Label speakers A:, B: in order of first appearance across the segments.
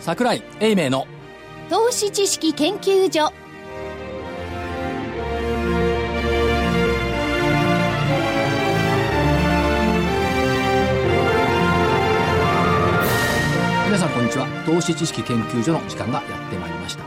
A: 桜井英明の
B: 投資知識研究所
A: 皆さんこんにちは投資知識研究所の時間がやってまいりました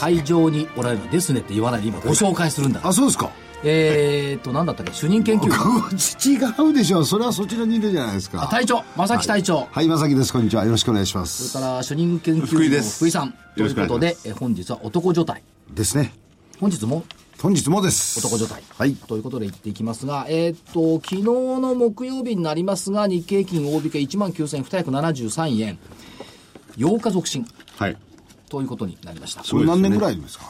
A: 会場におられるのですねって言わないで今ご紹介するんだ
C: あ、そうですか。
A: えーっと何だったっけ主任研究員
C: 違うでしょう。それはそちらにいるじゃないですか。
A: 隊長正木隊長、
C: はい、まさきです。こんにちは。よろしくお願いしま
A: そ
C: す。
A: れから主任研究
D: 福井
A: 員
D: で
A: の
D: す
A: 福井さんと
D: よ
A: い
D: ろ
A: う
D: しくお
A: こと
D: 願い
A: で
D: し
A: え本日は男女隊
C: ですね。
A: 本日も
C: 本日もです。
A: 男女隊、
C: はい。
A: ということで言っていきますが、えーっと昨日の木曜日になりますが日経平均大引け1万9273円8日続伸
D: はい。
A: ということになりました
C: これ何年ぐらいですか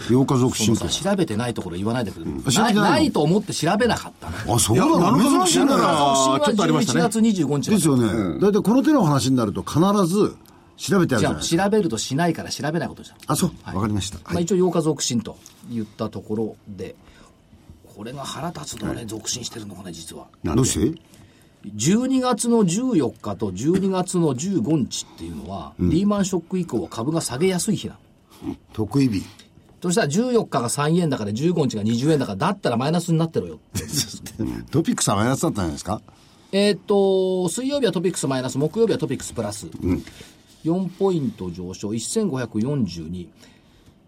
C: ?8 日続進
A: さ
C: と。
A: 調べてないところ言わないでくれ、
C: 調
A: な
C: べてないいの
A: ないと思って調べなかったの
C: あ、そうなの珍しい
D: いや
C: な。
D: あーちょっとありましたね
A: 11月25日ま
C: で
A: です
C: よね。だいたいこの手の話になると必ず調べてあるじゃないです
A: じ
C: か。
A: ゃあ調べるとしないから調べないことじゃん
C: あ、そう。
A: はい
C: わかりました。
A: ま
C: は
A: あ、
C: い。
A: 一応8日続進と言ったところでこれが腹立つのはね続進してるのがね実は
C: どうして
A: 12月の14日と12月の15日っていうのは、リーマンショック以降は株が下げやすい日なの
C: 得意日。
A: そしたら14日が3円だから15日が20円だからだったらマイナスになってろよ
C: トピックさんはやつだったんじゃないですか
A: えーっと水曜日はトピックスマイナス木曜日はトピックスプラス、4ポイント上昇1542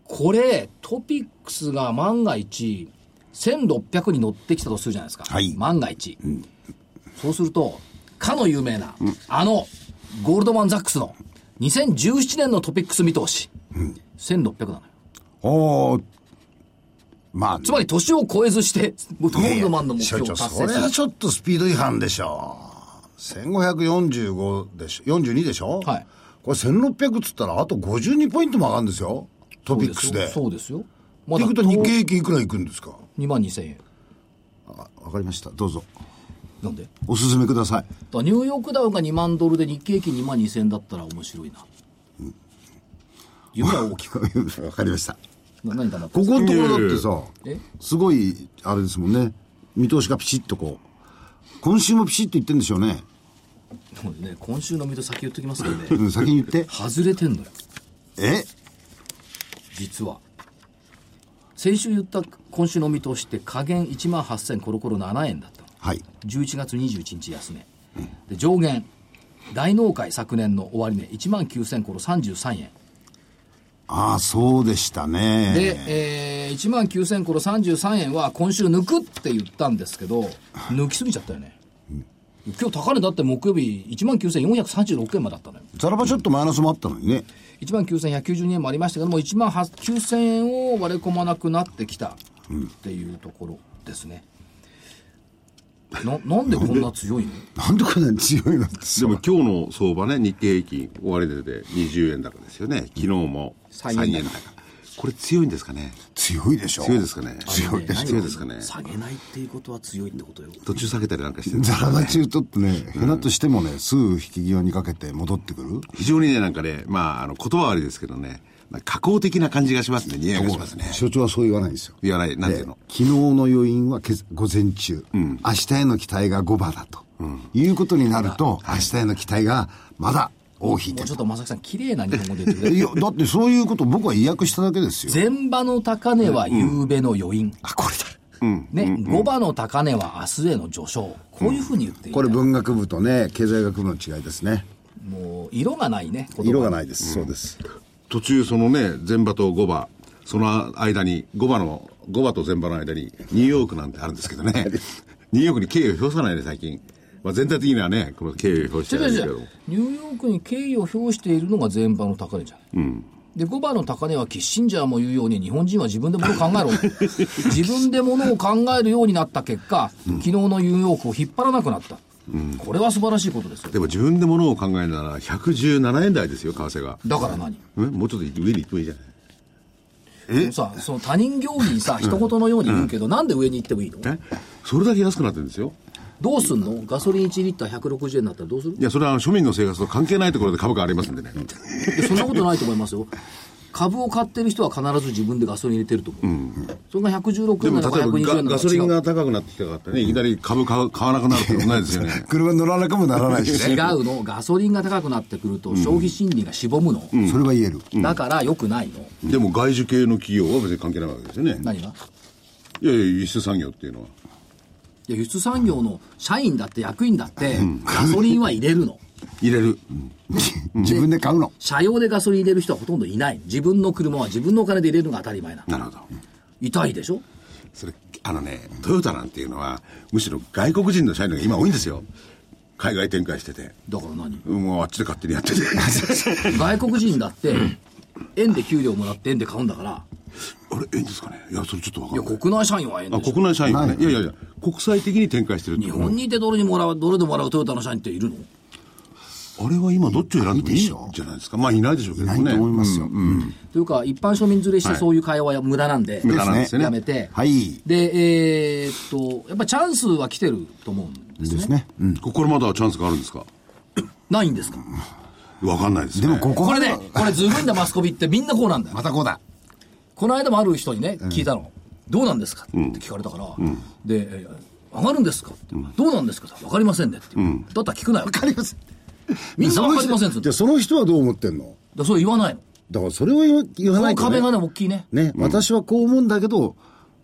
A: これトピックスが万が一1600に乗ってきたとするじゃないですか、
C: はい
A: 万が一、そうするとかの有名な、あのゴールドマン・ザックスの2017年のトピックス見通し、1600なのよ
C: おー。まあ、
A: つまり年を超えずしてゴールドマンの目
C: 所
A: 標を
C: 長
A: 達
C: そ
A: 成
C: れ
A: する
C: はちょっとスピード違反でしょ1545でしょ42でしょ
A: はい
C: これ1600っつったらあと52ポイントも上がるんですよトピックスで
A: そう
C: っ
A: ですよま
C: て
A: だ
C: いうことは日経平均いくらいくんですか
A: 2万2000円
C: わかりましたどうぞ
A: なんで
C: おすすめください
A: だからニューヨークダウが2万ドルで日経平均2万2000円だったら面白いな。夢は大きく。
C: わかりました
A: な何だな。
C: ここのところだって
A: え
C: さすごいあれですもんね見通しがピシッとこう今週もピシッと言ってんでしょうね
A: でもね、今週の見と先言っときますけど
C: う
A: ね、
C: ん先に言 って
A: 外れてんのよ、
C: え
A: 実は。先週言った今週の見通しって下限1万8000コロコロ7円だったの。
C: はい
A: 11月21日安値。で、上限、大納会昨年の終値1万9000コロ33円。
C: ああそうでしたね
A: で、えー、1万9000コロ33円は今週抜くって言ったんですけど、抜きすぎちゃったよね。今日高値だって木曜日1万9436円まであったのよ。
C: ざらばちょっとマイナスもあったのにね
A: 1万9192円もありましたけども、1万9000円を割れ込まなくなってきたっていうところですね。な、なんでこんな強いの
C: なんでこんなに強いのって
D: でも今日の相場ね、日経平均、終値で20円高ですよね。昨日も
A: 3
D: 3
A: 円高
D: 円高。これ強いんですかね
C: 強いでしょ
D: 強いですかね
C: 強いです
D: 強いですかね
A: 下げないっていうことは強いってことよ。
D: 途中下げたりなんかしてる
C: ザラが中取ってね、ふなとしてもね、すぐ引き際にかけて戻ってくる。
D: 非常にね、なんかね、まあ、あの、言葉は悪いですけどね、なんか加工的な感じがしますね。匂いがしますね。
C: 所長はそう言わないんですよ。
D: 言わない、なんていうの。
C: 昨日の余韻はけ午前中、明日への期待が5番だと、いうことになると、明日への期待がまだ大引い
A: も
C: て
A: うち
C: る
A: ょっと正木さん、綺麗な日本語で言ってく
C: え
A: れ
C: いや、だってそういうこと僕は意訳しただけですよ。
A: 前場の高値は夕べの余韻。
C: あ、これだ。
A: ね、5場の高値は明日への序章。こういうふうに言っていい、
C: これ文学部とね、経済学部の違いですね。
A: もう、色がないね。
C: 色が
A: い。
C: ないです。そうです。。
D: 途中そのね前場と後場その間に後場の後場と前場の間にニューヨークなんてあるんですけどねニューヨークに敬意を表さないね最近、まあ、全体的にはねこの敬意を表し
A: 違
D: て
A: う
D: ないん
A: 違
D: だけ
A: う違
D: ど
A: う。ニューヨークに敬意を表しているのが前場の高値じゃない。で、5場の高値はキッシンジャーも言うように、日本人は自分で物を考え ろ。自分で物を考えるようになった結果、昨日のニューヨークを引っ張らなくなった。これは素晴らしいことですよ。
D: でも自分でものを考えるなら117円台ですよ為替が
A: だから何
D: えもうちょっと上に行ってもいいじゃない
A: さ、その他人行儀にさ、一言のように言うけど、なんで上に行ってもいいの
D: えそれだけ安くなってるんですよ
A: どうすんのガソリン1リッター160円だったらどうする
D: いやそれは庶民の生活と関係ないところで株価ありますんでね
A: いやそんなことないと思いますよ。株を買ってる人は必ず自分でガソリン入れてると思う。それが116
D: で
A: 円
D: も
A: な
D: 例
A: のか
D: え
A: 120
D: ば
A: 円な
D: ガ
A: の
D: ガ
A: か
D: ソ
A: 違
D: リン
A: う。
D: が高くなってきたからってね、いきなり株買う買わなくなるってことないですよね
C: 車乗らなくもならないし
A: 違
C: ね。
A: うの。ガソリンが高くなってくると消費心理がしぼむの。
C: それは言える。
A: だから良くないの。
D: でも外需系の企業は別に関係ないわけですよね。
A: 何が
D: いやいや、輸出産業っていうのは。
A: いや輸出産業の社員だって役員だってガソリンは入れるの。
D: 入れる。
C: 自分で買うの。
A: 車用でガソリン入れる人はほとんどいない。自分の車は自分のお金で入れるのが当たり前なの。
D: なるほど。
A: 痛いでしょ
D: それ、あのね、トヨタなんていうのは、むしろ外国人の社員が今多いんですよ。海外展開してて。
A: だから何
D: もうあっちで勝手に やってて。
A: 外国人だって、円で給料もらって円で買うんだから、
D: あれ、ええんですかねいや、それちょっとわか
A: い
D: ん
A: や、
D: ない。
A: 国内社員は円
D: あ
A: でしょ
D: 国内社員が
C: な
D: ね。
C: い
D: いやいやいや、国際的に展開してるって
A: 日
D: いう
A: 本にいてドルにもらう、ドルでもらうトヨタの社員っているの
D: あれは今どっちを選んでもいいんじゃないですか。まあ、いないでしょうけど
C: な
D: ね。
C: いと思いますよ。
A: というか、一般庶民連れしてそういう会話は無駄なんで、
D: 無駄なんですよね
A: やめて。
C: はい
A: で、えーっと、やっぱチャンスは来てると思うんです
C: です
A: ね。
C: ね。うん
D: ここからまだチャンスがあるんですか
A: ないんですか
D: わかんないですね。
C: でもここ
A: こ
C: ま
A: れ
C: で
A: ね、これずるいんだマスコミってみんなこうなんだよ。
C: またこうだ。
A: この間もある人にね、聞いたの。どうなんですかって聞かれたから、で、えー上がるんですかって、どうなんですかってわかりませんねって、だったら聞くなよ。
E: わかります。
A: みんなわかりませんっ
E: じ
A: つっ
E: ゃ
A: て
E: あ。その人はどう思ってんの
A: だからそれ言わないの。
E: だからそれを言わ
A: こ
E: な
A: の
E: いと、ね。
A: 壁がね、大きいね。
E: ね、私はこう思うんだけど、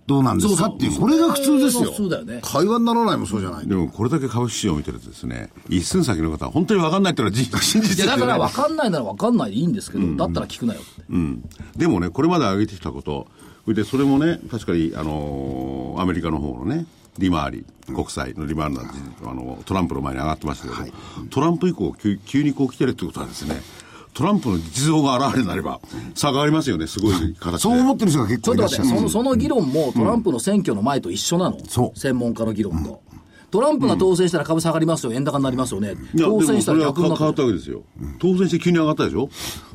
C: どうなんですかっていう。
E: これが普通ですよ。
A: 普通だよね
E: 会話にならないもそうじゃない。
D: でもこれだけ株式市場を見てるとですね、一寸先の方は本当に分かんないっていうのは事実真実
A: い
D: で
A: や、
D: すよ
A: だから
D: ね
A: 分かんないなら分かんないでいいんですけど、だったら聞くなよって。
D: うんでもね、これまで上げてきたこと、それでそれもね、確かに、あのーアメリカの方のね、利回り、国債の利回りなんて、あのトランプの前に上がってましたけど、トランプ以降急、急にこう来てるってことはですね、トランプの実像が現れるなれば、差がありますよね、すごい形で。
C: そう思ってる人が結
A: ちょ
C: 構
A: っと
C: いらっ
A: 待
C: し
A: って、
C: ゃる。
A: そのその議論もトランプの選挙の前と一緒なの、
C: そう
A: 専門家の議論と。トランプが当選したら株下がりますよ、円高になりますよね、
D: いや
A: 当選したら
D: でも
A: 逆
D: それ
A: にな
D: はか変わ
A: っ
D: ったわけですよ、当選して急に上がったでしょ、だか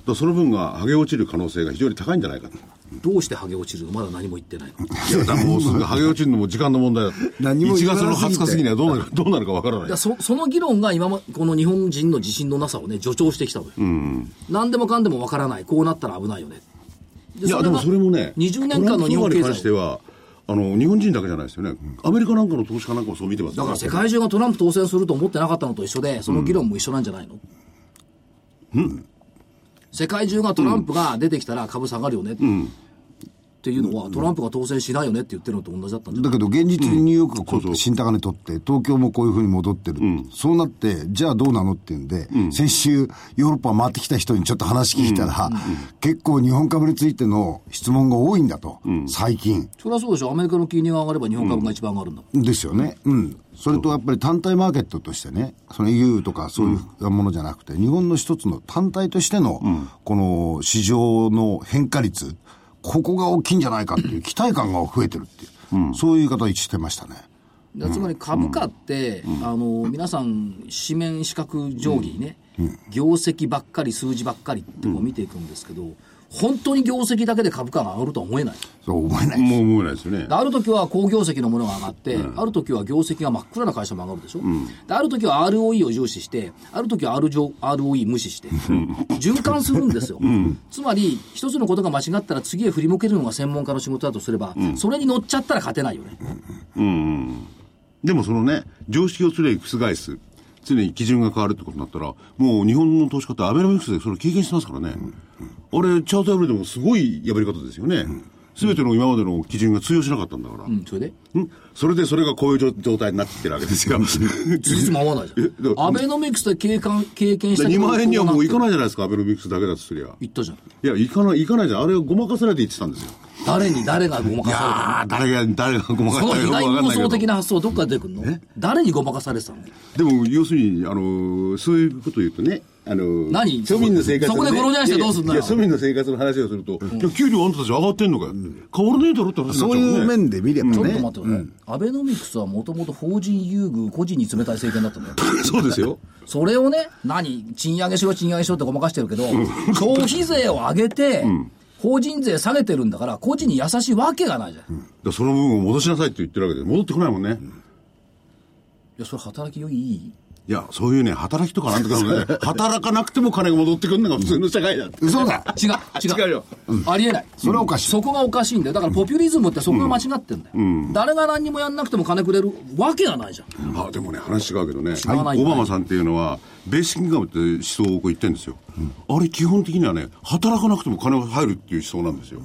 D: らその分が剥げ落ちる可能性が非常に高いんじゃないかと。
A: どうしてハゲ落ちるの、まだ何も言ってないの、だか
D: いや、だからもうすぐ、剥げ落ちるのも時間の問題だ。
C: 何も
D: 1
C: 言わ
D: 月の
C: なすぎて
D: 20日過ぎにはどうなるか、どうなるかわからない。
A: らそその議論が今ま、この日本人の自信のなさをね、助長してきたのよ、何でもかんでもわからない、こうなったら危ないよね、い
D: いや、でもそれもね、
A: 20年間の日本経
D: トランプに関して
A: 済、
D: は、あの、日本人だけじゃないですよね。アメリカなんかの投資家なんかもそう見てます
A: だ
D: よ
A: から世界中がトランプ当選すると思ってなかったのと一緒で、その議論も一緒なんじゃないの、世界中がトランプが出てきたら株下がるよね、っていうのは、トランプが当選しないよねって言ってるのと同じだったんじゃない、
C: だけど現実にニューヨークがこう新高値取って、東京もこういうふうに戻ってる。そうなって、じゃあどうなのっていうんで、先週ヨーロッパ回ってきた人にちょっと話聞いたら、結構日本株についての質問が多いんだと。最近。
A: それはそうでしょアメリカの金利が上がれば日本株が一番上がるんだもん、
C: ですよね。うん。それとやっぱり単体マーケットとしてね、その EU とかそういうものじゃなくて、日本の一つの単体としての、この市場の変化率、ここが大きいんじゃないかっていう期待感が増えてるっていう、そういう言い方をしてましたね。
A: だからつまり株価って、あの皆さん、紙面資格定規ね、業績ばっかり、数字ばっかりってこう見ていくんですけど、本当に業績だけで株価が上がるとは思えない。
C: そう思えない。
D: もう思えないですよね。
A: である時は好業績のものが上がって、ある時は業績が真っ暗な会社も上がるでしょ、である時は ROE を重視して、ある時は RO ROE 無視して、循環するんですよ、つまり、一つのことが間違ったら次へ振り向けるのが専門家の仕事だとすれば、それに乗っちゃったら勝てないよね、
D: でもそのね、常識を常に覆す。常に基準が変わるってことになったら、もう日本の投資家ってアベノミクスでそれを経験してますからね。あれ、チャート破れてもすごい破り方ですよね。すべての今までの基準が通用しなかったんだから。
A: うん、それで、
D: んそれでそれがこういう状状態になってきてるわけですよ。
A: 実質も合わないじ
D: え
A: ゃ
D: だ
A: ん、
D: から
A: アベノミクスで経験経験した
D: 2万円にはもういかない
A: い
D: じゃないですか、アベノミクスだけだとすりゃ。
A: 言ったじゃん、
D: いや、いかない、いかないじゃん。あれをごまかされて言ってたんですよ。
A: 誰に誰がごま
D: い
A: かされたの
D: やー、誰が、誰がごまか
A: その
D: され
A: 被
D: た
A: 害
D: かわかん
A: 妄
D: ないけど
A: 想的な発想、どっから出てくるの誰にごまかされてたの
D: でも、要するに、あのー、そういうことを言うとね、あのー、
A: 何
D: 庶民の生活
A: そこでゴロジャンしてどうすんだよ
D: いやいや庶民の生活の話をすると、いや、給料あんたたち上がってんのかよ。変わらねえだろって話になっ
E: そう
D: ちゃうもんね。
E: いう面で見ればね。
A: ちょっと待ってください、アベノミクスはもともと法人優遇、個人に冷たい政権だったのよ。
D: そうですよ。
A: それをね、何、賃上げしろ、賃上げしろってごまかしてるけど、消費税を上げて、法人税下げてるんだから、個人に優しいわけがないじゃん。い
D: だからその部分を戻しなさいって言ってるわけで、戻ってこないもんね。
A: や、それ働きよいい
D: いや、そういうね、働きとかなんとかね、働かなくても金が戻ってくるのが普通の社会だって。
C: 嘘だ
A: 違う、違う。
D: 違うよ
A: ありえない。
C: それはおかしい
A: そこがおかしいんだよ。だからポピュリズムってそこが間違ってんだよ。誰が何にもやんなくても金くれるわけがないじゃん。
D: あでもね話違うけどね
A: 違わない
D: オバマさんっていうのはベーシックインカムっていう思想をこう言ってるんですよ、あれ基本的にはね働かなくても金が入るっていう思想なんですよ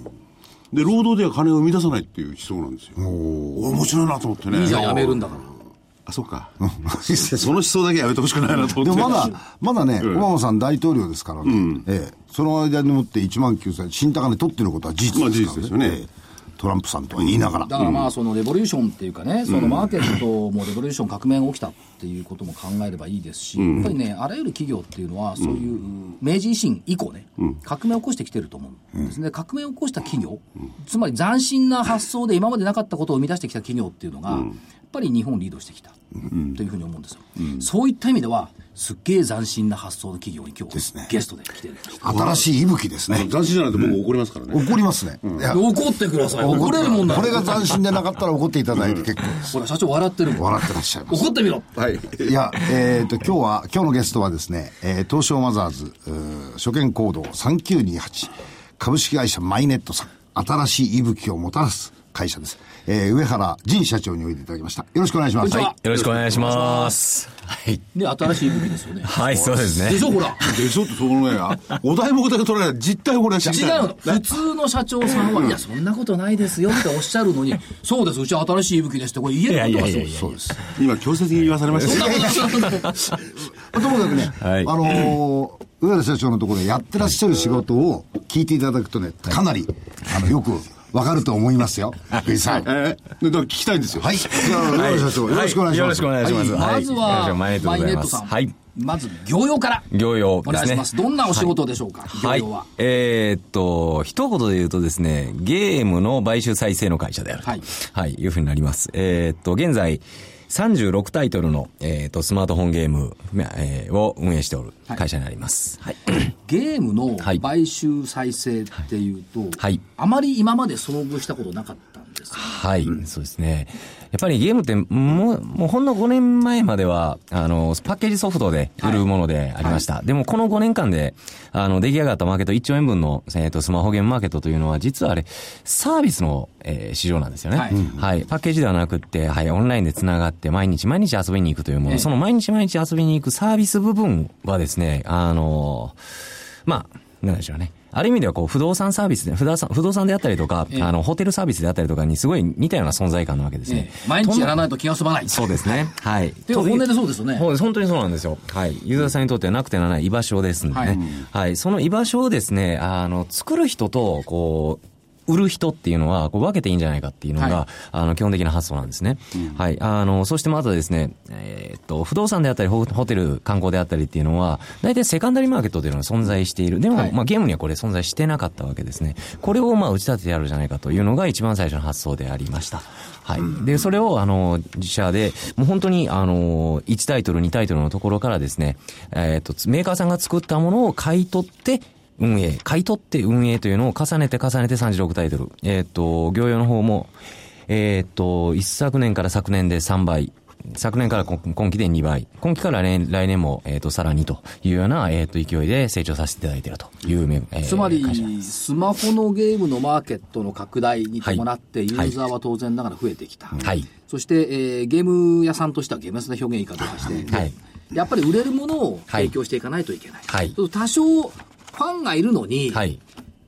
D: で労働では金を生み出さないっていう思想なんですよお面白いなと思ってね
A: いいじゃん、やめるんだから。
D: あそうか その思想だけやめてほしくないなと思
C: で
D: って
C: もまだ、まだね、
D: ん
C: オバマさん大統領ですからね、ええ、その間にもって1万9000、新高値取ってることは事実ですからね,、
D: まあ事実ですよね
C: ええトランプさんとは言いながら。
A: だからまあそのレボリューションっていうかね、そのマーケットもレボリューション革命が起きたっていうことも考えればいいですし、やっぱりね、あらゆる企業っていうのは、そういう明治維新以降ね、革命を起こしてきてると思うんですね、革命を起こした企業、つまり斬新な発想で今までなかったことを生み出してきた企業っていうのが、やっぱり日本をリードしてきたというふうに思うんですよ。そういった意味では、すっげえ斬新な発想の企業に今
C: です
A: 日、
C: ね
A: ゲストで来てる。
C: 新しい息吹ですね。
D: 斬新じゃないと僕怒りますからね、
C: 怒りますね。いや
A: 怒ってください。怒れるもんだ
C: これが斬新でなかったら怒っていただいて結構です。
A: ほら、社長笑ってるもん。
C: 笑ってらっしゃいます。
A: 怒ってみろ
D: はい
C: いや、えっ、と、今日は、今日のゲストはですね、えー東証マザーズ、うー初見行動3928、株式会社マイネットさん、新しい息吹をもたらす会社です。えー上原仁社長においでいただきました。よろしくお願いします。
A: こんにちは
F: よろしくお願いします。はい。
A: ね、新しい武器ですよね。
F: はい、そうですね
A: で。しょ、ほら。
D: でしょってそのね あお題目だけ取られた実態をこれは知り
A: 違
D: たいう
A: の。普通の社長さんは、いや、そんなことないですよっておっしゃるのに、そうです、うちは新しい武器ですって、これ言えることはそうです。
C: そうです。
D: 今強制的に言わされました
A: そん
D: よ
A: なことはそうです。
C: ともかくね、
F: はい
C: あのー上原社長のところでやってらっしゃる仕事を聞いていただくとね、かなり、あの、よくわかると思います よ。福井さん。はい。
D: えー、だから聞きたいんですよ
C: じゃあ、上原社長、よろしくお願いします。
F: よろしくお願いします。
A: まずは、
F: マ
A: マイ
F: イネットでご
A: ネ
F: ざい
A: ッ
F: ま
A: ト
F: す。
A: さん。
F: はい。
A: まず、業用から。
F: 業用
A: お
F: で
A: 願
F: すね。
A: いします。どんなお仕事でしょうか、
F: はい
A: 業用は。。
F: えーっと、一言で言うとですね、ゲームの買収再生の会社であると。
A: は
F: はいい。いうふうになります。えーっと、現在、36タイトルの、えーっと、スマートフォンゲーム、まあえーを運営しておる会社になります。はい。
A: ゲームの
F: はい
A: 買収再生っていうと、
F: はい
A: あまり今まで遭遇したことなかったんですよ。
F: はい、そうですね。やっぱりゲームって、もう、もうほんの5年前までは、あの、パッケージソフトで売るものでありました。でもこの5年間で、あの、出来上がったマーケット、1兆円分の、えっ、と、スマホゲームマーケットというのは、実はあれ、サービスの、えー市場なんですよね。
A: は
F: はいい、パッケージではなくって、はい、オンラインで繋がって、毎日毎日遊びに行くというもの、
A: ええ
F: その毎日毎日遊びに行くサービス部分はですね、あのまあ、なんでしょうね。ある意味ではこう不動産サービスで、不動産不動産であったりとか、
A: ええ
F: あの、ホテルサービスであったりとかにすごい似たような存在感なわけですね
A: ね。毎日やら
F: い。
A: ないと気が済まない。
F: そうですね。はい。
A: でも本音でそうですよね
F: そうです本当にそうなんですよ。はい。ユーザーさんにとってはなくてならない居場所ですんでね。
A: は
F: はいい。その居場所をですね、あの、作る人と、こう、売る人っていうのは、こう分けていいんじゃないかっていうのが、
A: はい
F: あの、基本的な発想なんですね。はい。あの、そしてまたですね、えーっと、不動産であったり、ホホテル、観光であったりっていうのは、大体セカンダリーマーケットというのが存在している。でも、
A: はい
F: まあ、ゲームにはこれ存在してなかったわけですね。これを、まあ、打ち立ててやるじゃないかというのが一番最初の発想でありました。はい。で、それを、あの、自社で、もう本当に、あの、1タイトル、2タイトルのところからですね、えーっと、メーカーさんが作ったものを買い取って、運営、買い取って運営というのを重ねて重ねて36タイトル。えーっと、業用の方も、えーっと、一昨年から昨年で3倍。昨年から今今期で2倍。今期から来来年も、えーっと、さらにというような、えーっと、勢いで成長させていただいているというめ、えー
A: つまり
F: 会社、
A: スマホのゲームのマーケットの拡大に伴って、
F: はい
A: ユーザーは当然ながら増えてきた。
F: はい
A: そして、えーゲーム屋さんとしては、ゲーム屋さんの表現いいかとかして、
F: はい
A: やっぱり売れるものを
F: はい
A: 提供していかないといけない。
F: はい
A: そう多少、ファンがいるのに、
F: はい。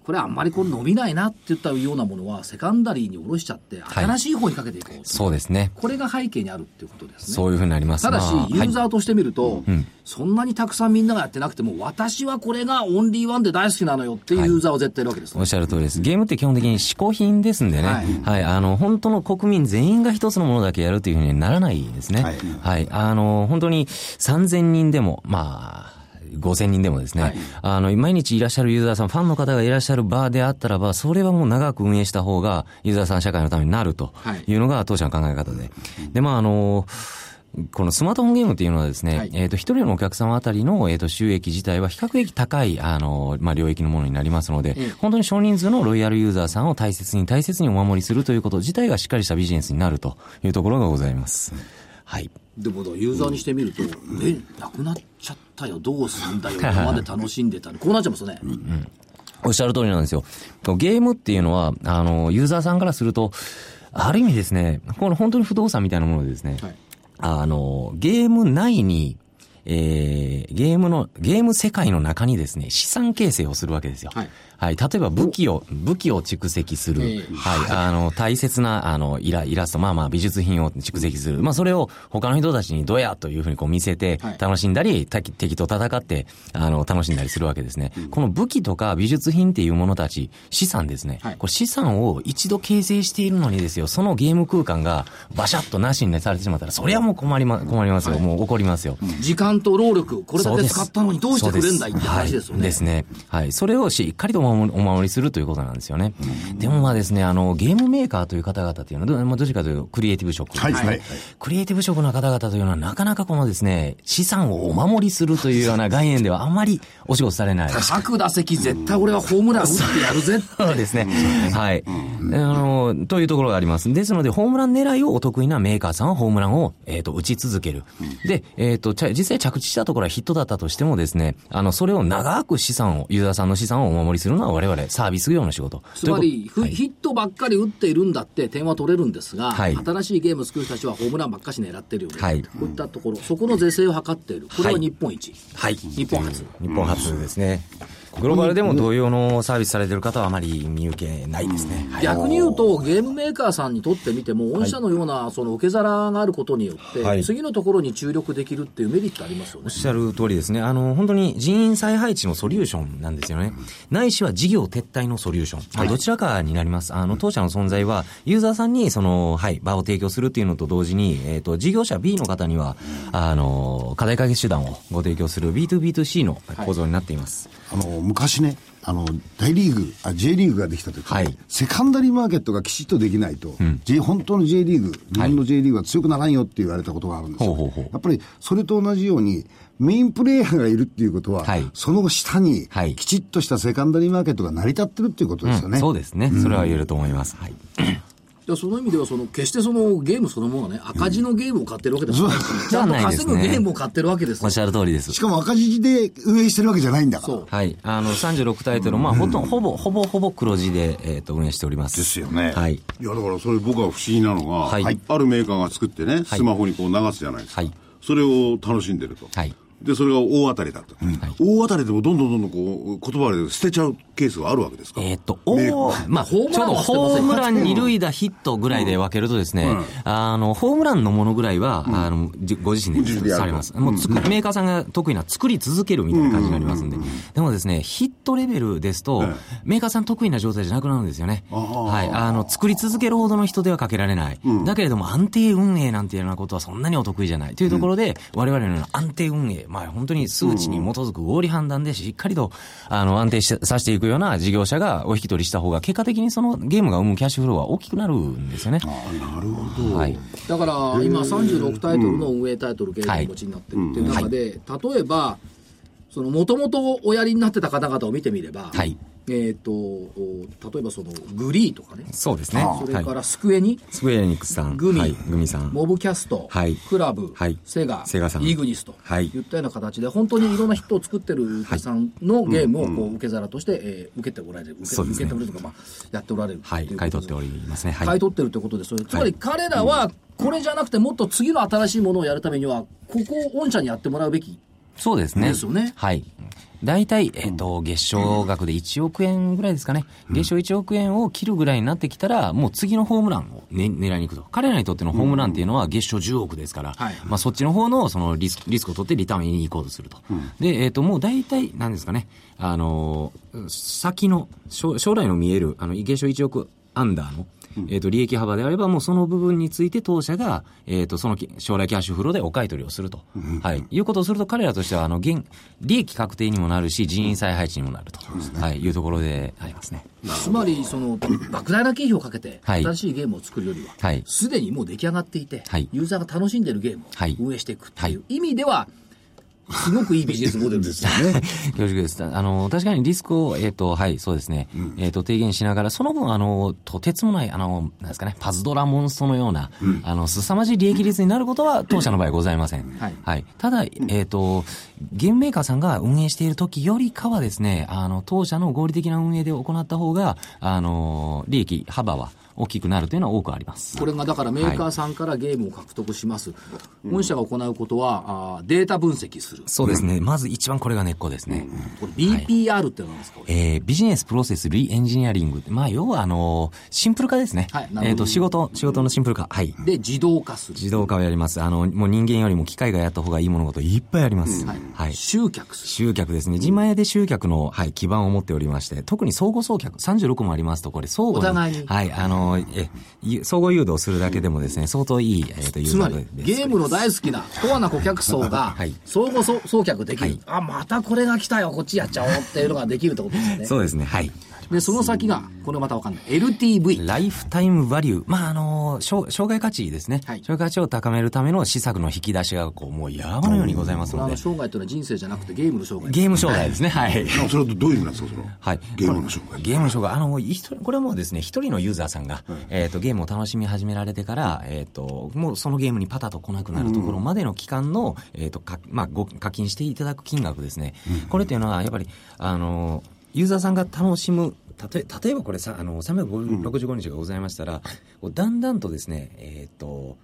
A: これあんまりこれ伸びないなって言ったようなものは、セカンダリーに下ろしちゃって、
F: はい
A: 新しい方にかけていこうと、
F: そうですね。
A: これが背景にあるっていうことですね。
F: そういうふうになります
A: ただし
F: まあ、
A: ユーザ
F: は
A: ーとしてみると、そんなにたくさんみんながやってなくても、私はこれがオンリーワンで大好きなのよっていうユーザーは絶対いるわけですね
F: いおっしゃる通りです。ゲームって基本的に嗜好品ですんでね。
A: は
F: はいい。あの、本当の国民全員が一つのものだけやるというふうにはならないですね。
C: は
F: はいい。あの、本当に3000人でも、まあ、5000人でもですね、
A: はい
F: あの、毎日いらっしゃるユーザーさん、ファンの方がいらっしゃるバーであったらば、それはもう長く運営した方が、ユーザーさん社会のためになると
A: はい
F: いうのが当社の考え方で。で、まあ、あの、このスマートフォンゲームっていうのはですね、
A: はい
F: えっ、と、一人のお客様あたりの、えっ、と、収益自体は比較的高い、あの、まあ、領域のものになりますので、
A: ええ
F: 本当に少人数のロイヤルユーザーさんを大切に大切にお守りするということ自体がしっかりしたビジネスになるというところがございます。はい。
A: でもだからユーザーにしてみると、え、なくなっちゃったよ、どうすんだよ、今まで楽しんでたの、こうなっちゃいますよね。
F: おっしゃる通りなんですよ。ゲームっていうのは、あの、ユーザーさんからすると、ある意味ですね、この本当に不動産みたいなものでですね、あの、ゲーム内に、えー、ゲームの、ゲーム世界の中にですね、資産形成をするわけですよ。はい。例えば武器を、武器を蓄積する。はい。あの、大切な、あの、イライラスト、まあまあ美術品を蓄積する。まあそれを他の人たちにどやというふうにこう見せて、楽しんだり、た敵と戦って、あの、楽しんだりするわけですね。この武器とか美術品っていうものたち、資産ですね。これ資産を一度形成しているのにですよ、そのゲーム空間がバシャッとなしにされてしまったら、そりゃもう困りま、困りますよ。もう怒りますよ。
A: 時間と労力、これだ
F: そう
A: け
F: です
A: 使ったのにどうしてくれんだいって話ですよ
F: はい
A: ね。
F: ですね。はい。それをしっかりとお守りお守りするということなんですよね。でもまあですね、あの、ゲームメーカーという方々というのはど、まあどちらかというとクリエイティブ職ですね、
E: はいはい
F: クリエイティブ職の方々というのはなかなかこのですね、資産をお守りするというような概念ではあまりお仕事されない。
A: 各打席絶対俺はホームラン打ってやるぜ。
F: そうですね。はい。あの、というところがあります。ですので、ホームラン狙いをお得意なメーカーさんはホームランを、えっ、と、打ち続ける。で、えっ、と、ちゃ実際着地したところはヒットだったとしてもですね、あの、それを長く資産を、ユーザーさんの資産をお守りするのは我々サービス業の仕事。
A: つまり、
F: と
A: ふ
F: いうこと
A: ヒットばっかり打っているんだって点は取れるんですが、
F: はい
A: 新しいゲーム作る人たちはホームランばっかし狙ってるよね。
F: はい
A: こういったところ、そこの是正を図っている。これは日本一。
F: はい。
A: 日本初。
F: 日本初ですね。グローバルでも同様のサービスされてる方はあまり見受けないですね。はい。
A: 逆に言うと、ゲームメーカーさんにとってみても、御社のようなその受け皿があることによって、
F: はい
A: 次のところに注力できるっていうメリットありますよ
F: おっ
A: ね。
F: しゃる通りですね。あの、本当に人員再配置のソリューションなんですよね。ないしは事業撤退のソリューション。まあどちらかになります。あの、当社の存在は、ユーザーさんに、その、はい、場を提供するっていうのと同時に、えっ、と、事業者 B の方には、あの、課題解決手段をご提供する B2B2C の構造になっています。
C: あの昔ねあの大リーグあ J リーグができた時、
F: はい
C: セカンダリーマーケットがきちっとできないと、J 本当の J リーグ日本の J リーグは強くならんよって言われたことがあるんですよ、
F: ほうほうほう
C: やっぱりそれと同じようにメインプレイヤーがいるっていうことは、
F: はい
C: その下に
F: はい
C: きちっとしたセカンダリーマーケットが成り立ってるっていうことですよね、
F: そうですね。それは言えると思います。はい。
A: でその意味ではその、決してそのゲームそのものがね、赤字のゲームを買ってるわけでもないし、ちゃんと稼ぐゲームを買ってるわけです
F: お
A: よ
F: っしゃる通りです
C: し。かも赤字で運営してるわけじゃないんだから
A: そう
F: はい。あの、36タイトル、まあ、ほとんど、ほぼ、ほぼ、ほぼ黒字で、えっ、と、運営しております。
E: ですよね
F: はい。
D: いやだからそれ僕は不思議なのが、
F: はい
D: はいあるメーカーが作ってねスマホにこう流すじゃないですか、
F: はい
D: それを楽しんでると、
F: はい
D: でそれが大当たりだと、大当たりでもどんどんどんどんこう言葉で捨てちゃうケースがあるわけですか
F: えーっと、おーまあ、ち
A: ホー
F: ょう
A: ムラン
F: ど
A: はしてま
F: ホ
A: せ
F: ー
A: ん
F: ムラン二塁打ヒットぐらいで分けるとですね、あの、ホームランのものぐらいは、あの、じご自身
D: 自
F: で
D: 分でやる
F: されます。もうつく、メーカーさんが得意な作り続けるみたいな感じになりますんで。でもですね、ヒットレベルですと、メーカーさん得意な状態じゃなくなるんですよね。はい。あの、作り続けるほどの人手はかけられない。だけれども、安定運営なんていうようなことはそんなにお得意じゃない。というところで、我々のような安定運営、まあ、本当に数値に基づく合理判断でしっかりと、あの、安定しさせていくような事業者がお引き取りした方が、結果的にそのゲームが生むキャッシュフローは大きくなるんですよね。はい。
A: だから今36タイトルの運営タイトルゲームをお持ちになってるっていう中で、例えばそのもともとおやりになってた方々を見てみれば、
F: はい
A: えっ、とお例えばそのグリーとかね
F: そうですね。
A: それか
F: はい
A: らスクエニ、
F: スクエアエニックスさん。
A: グミ、
F: はいグミさん。
A: モブキャスト、
F: はい
A: クラブ、
F: はい
A: セガ
F: セガさん
A: イグニスと、、
F: はいい
A: ったような形で本当にいろんなヒットを作ってる受けさんのゲームをこう受け皿として、えー受けておられる受け,、
F: そうですね
A: ておられるとか、まあ、やっておられる
F: はい。
A: ということです
F: 買い取っておりますね。はい。
A: 買い取ってるということですよね、つまり彼らはこれじゃなくてもっと次の新しいものをやるためにはここを御社にやってもらうべき
F: そうですね。
A: ですよね
F: はい。大体、えっ、と、月賞額で1億円ぐらいですかね。月賞1億円を切るぐらいになってきたら、もう次のホームランを、ね、狙いに行くと。彼らにとってのホームランっていうのは月賞10億ですから、
A: はい
F: まあそっちの方のそのリスクリスクを取ってリターンに行こうとすると。で、えっ、と、もう大体、なんですかね、あのー先の、将将来の見える、あの、月賞1億アンダーの、えっ、と、利益幅であれば、もうその部分について当社が、えっ、と、そのき将来キャッシュフローでお買い取りをすると。はい。いうことをすると、彼らとしては、あの、現、利益確定にもなるし、人員再配置にもなると。はい。いうところでありますね。
A: つまりその莫大な経費をかけて
F: はい
A: 新しいゲームを作るよりは
F: はい
A: すで、にもう出来上がっていて、
F: はい
A: ユーザーが楽しんでるゲームを
F: はい
A: 運営していくっていう意味では、すごくいいビジネスモデルですよね。
F: 恐縮です。あの、確かにリスクを、えっ、と、はい、そうですね。えっ、と、低減しながら、その分、あの、とてつもない、あの、なんですかね、パズドラモンストのような、あの、凄まじい利益率になることは、当社の場合はございません。
A: はい
F: ただ、えっ、と、ゲームメーカーさんが運営している時よりかはですね、あの、当社の合理的な運営で行った方が、あの、利益幅は大きくなるというのは多くあります。
A: これがだからメーカーさんからゲームを獲得します。本社が行うことは、あーデータ分析する。
F: そうですね。まず一番これが根っこですね。
A: これ BPR って何ですか、これ
F: えービジネスプロセスリエンジニアリングって、まあ、要は、あのシンプル化ですね。
A: はいなるほど
F: えっ、と、仕事、仕事のシンプル化。はい。
A: で、自動化する。
F: 自動化をやります。あの、もう人間よりも機械がやった方がいい物事いっぱいあります。はい。
A: 集客する。
F: 集客ですね。自前で集客の、はい、基盤を持っておりまして、特に相互送客、36もありますと、これ、相互
A: お互いに
F: はい、あの、え、ゆ相互誘導するだけでもですね、相当いい、えっ、と、ユ
A: つ
F: ーザ
A: ま
F: ー
A: り、
F: です。
A: ゲームの大好きな、コアな顧客層が
F: はい、
A: 相互そ送客できる、
F: はい
A: あ、またこれが来たよ、こっちやっちゃおうっていうのができるってことですよね。
F: そうですね、はい。
A: で、その先が、これまたわかんない。LTV。
F: ライフタイムバリュー。まあ、あの、障障害価値ですね。
A: はい
F: 障害価値を高めるための施策の引き出しが、こう、もう山のようにございます
A: これ
F: の
A: あ
F: で
A: の、。生涯というのは人生じゃなくてゲームの生涯。
F: ゲーム障害ですね。はい。
D: あそれはどういう意味なんですか、その。
F: はい。
D: ゲームの障害。
F: ゲームの障害。あの、一人、これはもうですね、一人のユーザーさんが、えっと、ゲームを楽しみ始められてから、えっと、もうそのゲームにパタッと来なくなるところまでの期間の、えっと、か、まあ、ご、課金していただく金額ですね。これっていうのは、やっぱり、あの、ユーザーさんが楽しむ、たとえ例えばこれさ、あの、365日がございましたら、こうだんだんとですね、えっと、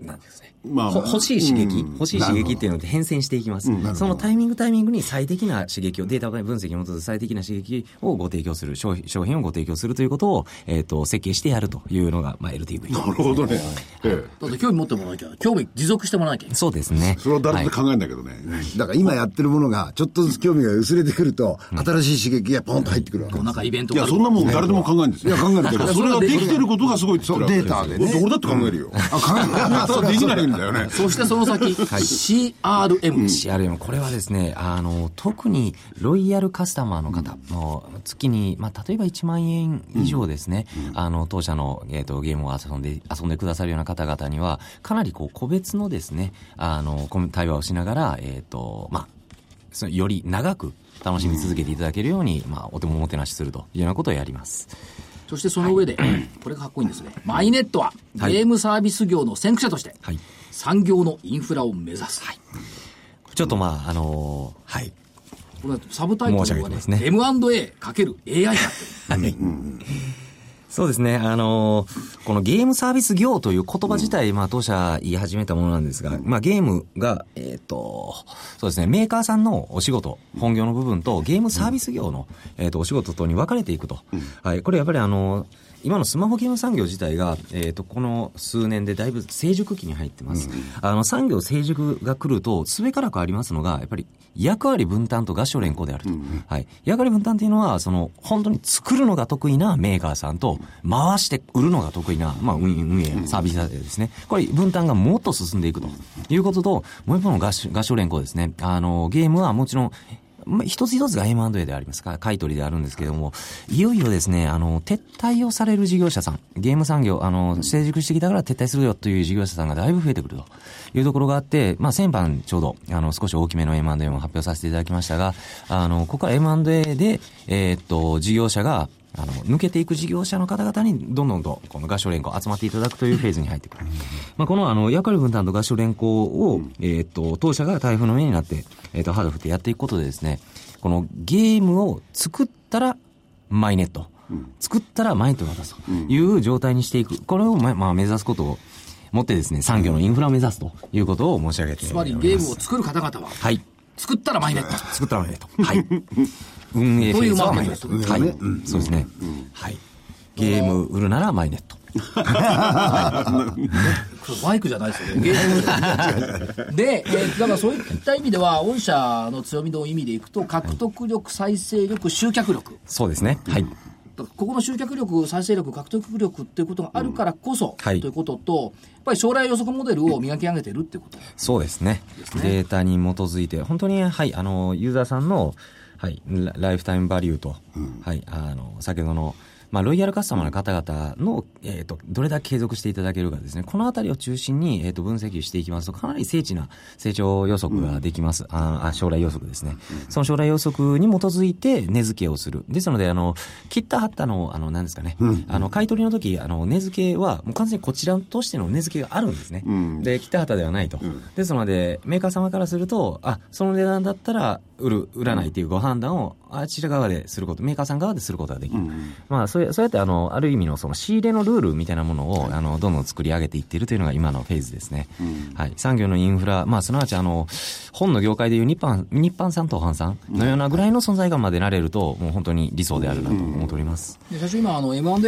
F: なんていうんですね。
D: まあ
F: ほ欲しい刺激、
D: うん
F: 欲しい刺激っていうので変遷していきます。そのタイミングタイミングに最適な刺激を、データ分析に基づく最適な刺激をご提供する、商品商品をご提供するということを、えっ、と、設計してやるというのが、まあ、LTV。
D: なるほどね。ええ
A: だって興味持ってもらわなきゃ、興味持続してもらわなきゃいけない。
F: そうですね。
D: それは誰だって考えるんだけどね。
E: だから今やってるものが、ちょっとずつ興味が薄れてくると、新しい刺激がポンと入ってくるわけです
A: なんかイベント
D: い
A: があ
D: や、
A: る
D: そんなもん誰でも考えるんですよ。
E: いや考えるけど
D: それができてることがすごいって言ってるわけ
E: そうデータで
D: よ
E: ね
D: だって俺だって考えるよ。
E: あ、考え
D: それはできないんだよね。
A: そしてその 先、CRM。
F: CRM、これはですね、あの、特にロイヤルカスタマーの方の月に、まあ、例えば1万円以上ですね、あの、当社の、えっ、と、ゲームを遊んで、遊んでくださるような方々には、かなりこう、個別のですね、あの、コミ対話をしながら、えっ、と、まあ、そのより長く楽しみ続けていただけるように、まあ、お手もおもてなしするというようなことをやります。
A: そしてその上で、これがかっこいいんですね。マイネットは、
F: はい
A: ゲームサービス業の先駆者として
F: はい、
A: 産業のインフラを目指す。
F: ちょっとまあ、あのはい。
A: これサブタイト
F: 申し上
A: ル
F: げ
A: が
F: て
A: ね
F: ますね
A: M&A×AI だって
F: そうですね。あのこのゲームサービス業という言葉自体、まあ当社言い始めたものなんですが、まあゲームが、えっ、と、そうですね、メーカーさんのお仕事、本業の部分とゲームサービス業の、えっ、と、お仕事等に分かれていくと。はい。これやっぱりあの今のスマホゲーム産業自体が、えっ、と、この数年でだいぶ成熟期に入ってます。あの、産業成熟が来ると、すべからくありますのが、やっぱり役割分担と合唱連行であると。はい。役割分担っていうのは、その、本当に作るのが得意なメーカーさんと、回して売るのが得意な、まあ、運営、運営、サービスですね。これ、分担がもっと進んでいくということと、もう一方の合唱合唱連行ですね。あの、ゲームはもちろん、まあ、一つ一つが M&A でありますか、買い取りであるんですけれども、いよいよですね、あの、撤退をされる事業者さん、ゲーム産業、あの、成熟してきたから撤退するよという事業者さんがだいぶ増えてくるというところがあって、まあ、先般ちょうど、あの、少し大きめの M&A も発表させていただきましたが、あの、ここから M&A で、えーっと、事業者が、あの、抜けていく事業者の方々に、どんどんと、この合唱連合集まっていただくというフェーズに入ってくる。まあ、この、あの、役割分担と合唱連合を、えーっと、当社が台風の目になって、えーっと、ハード振ってやっていくことでですね、このゲームを作ったら、マイネット。作ったらマイネットが出すという状態にしていく。これを、ま、まあ、目指すことを、もってですね、産業のインフラを目指すということを申し上げており
A: つ
F: ま。
A: ますりゲームを作る方々は、
F: はい。
A: 作ったらマイネット。
F: 作ったらマ イネット。はい。運営フェーズはマイネット。
A: という
F: はい。そうですね。はい。ゲーム売るならマイネット。
A: これバイクじゃないですよね。ゲーム で、えーだからそういった意味では、御社の強みの意味でいくと、獲得力、再生力、集客力。
F: そうですね。はい。
A: だからここの集客力、再生力、獲得力っていうことがあるからこそ、
F: うんはい
A: ということと、やっぱり将来予測モデルを磨き上げてるってこと。
F: そうですね。データに基づいて、本当に、はい、あの、ユーザーさんの、はい、ラライフタイムバリューと、はい、あの、先ほどの、まあ、ロイヤルカスタマーの方々の、えっ、と、どれだけ継続していただけるかですね、このあたりを中心に、えっ、と、分析していきますと、かなり精緻な成長予測ができます。ああ、将来予測ですね。その将来予測に基づいて値付けをする。ですので、あの、切った貼ったの、あの、なんですかね、あの、買い取りの時、あの、値付けは、もう完全にこちらとしての値付けがあるんですね。で、切った貼ったではないと。ですので、メーカー様からすると、あ、その値段だったら、売る、売らないっていうご判断を、あちら側ですること、メーカーさん側ですることができる。まあ、そうやそうやって、あの、ある意味の、その、仕入れのルールみたいなものを、あの、どんどん作り上げていっているというのが今のフェーズですね。はい。産業のインフラ、まあ、すなわち、あの、本の業界でいう日版、日版さんと販さんのようなぐらいの存在感までなれると、もう本当に理想であるなと思っております。
A: で最初今あの M&A っ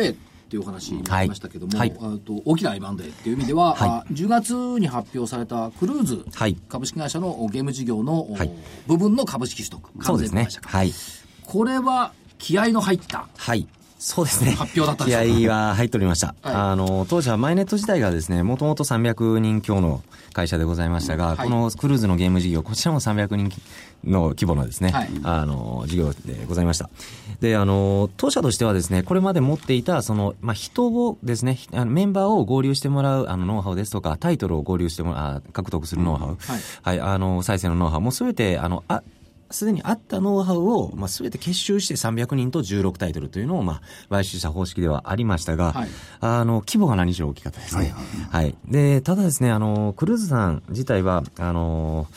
A: ていうお話になりましたけども、
F: はい
A: あと大きな M&A っていう意味では、
F: はい
A: あ10月に発表されたクルーズ
F: はい
A: 株式会社のゲーム事業の、
F: はい
A: 部分の株式取得
F: そうですね
A: 完全部。会社
F: はい。
A: これは気合の入った
F: はい。そうですね。
A: 発表だったんですか
F: 気合は入っておりました。
A: はい
F: あの、当時はマイネット自体がですね、もともと300人強の会社でございましたが、
A: はい
F: このクルーズのゲーム事業、こちらも300人の規模のですね、
A: はい
F: あの、事業でございました。で、あの、当社としてはですね、これまで持っていた、その、まあ、人をですね、ひあのメンバーを合流してもらう、あの、ノウハウですとか、タイトルを合流してもらう、あ獲得するノウハウ、はい、あの、再生のノウハウもすべて、あの、あ、すでにあったノウハウを、まあ、すべて結集して300人と16タイトルというのを、まあ、買収した方式ではありましたが、
A: はい
F: あの、規模が何しろ大きかったですね。はいで、ただですね、あの、クルーズさん自体は、あの、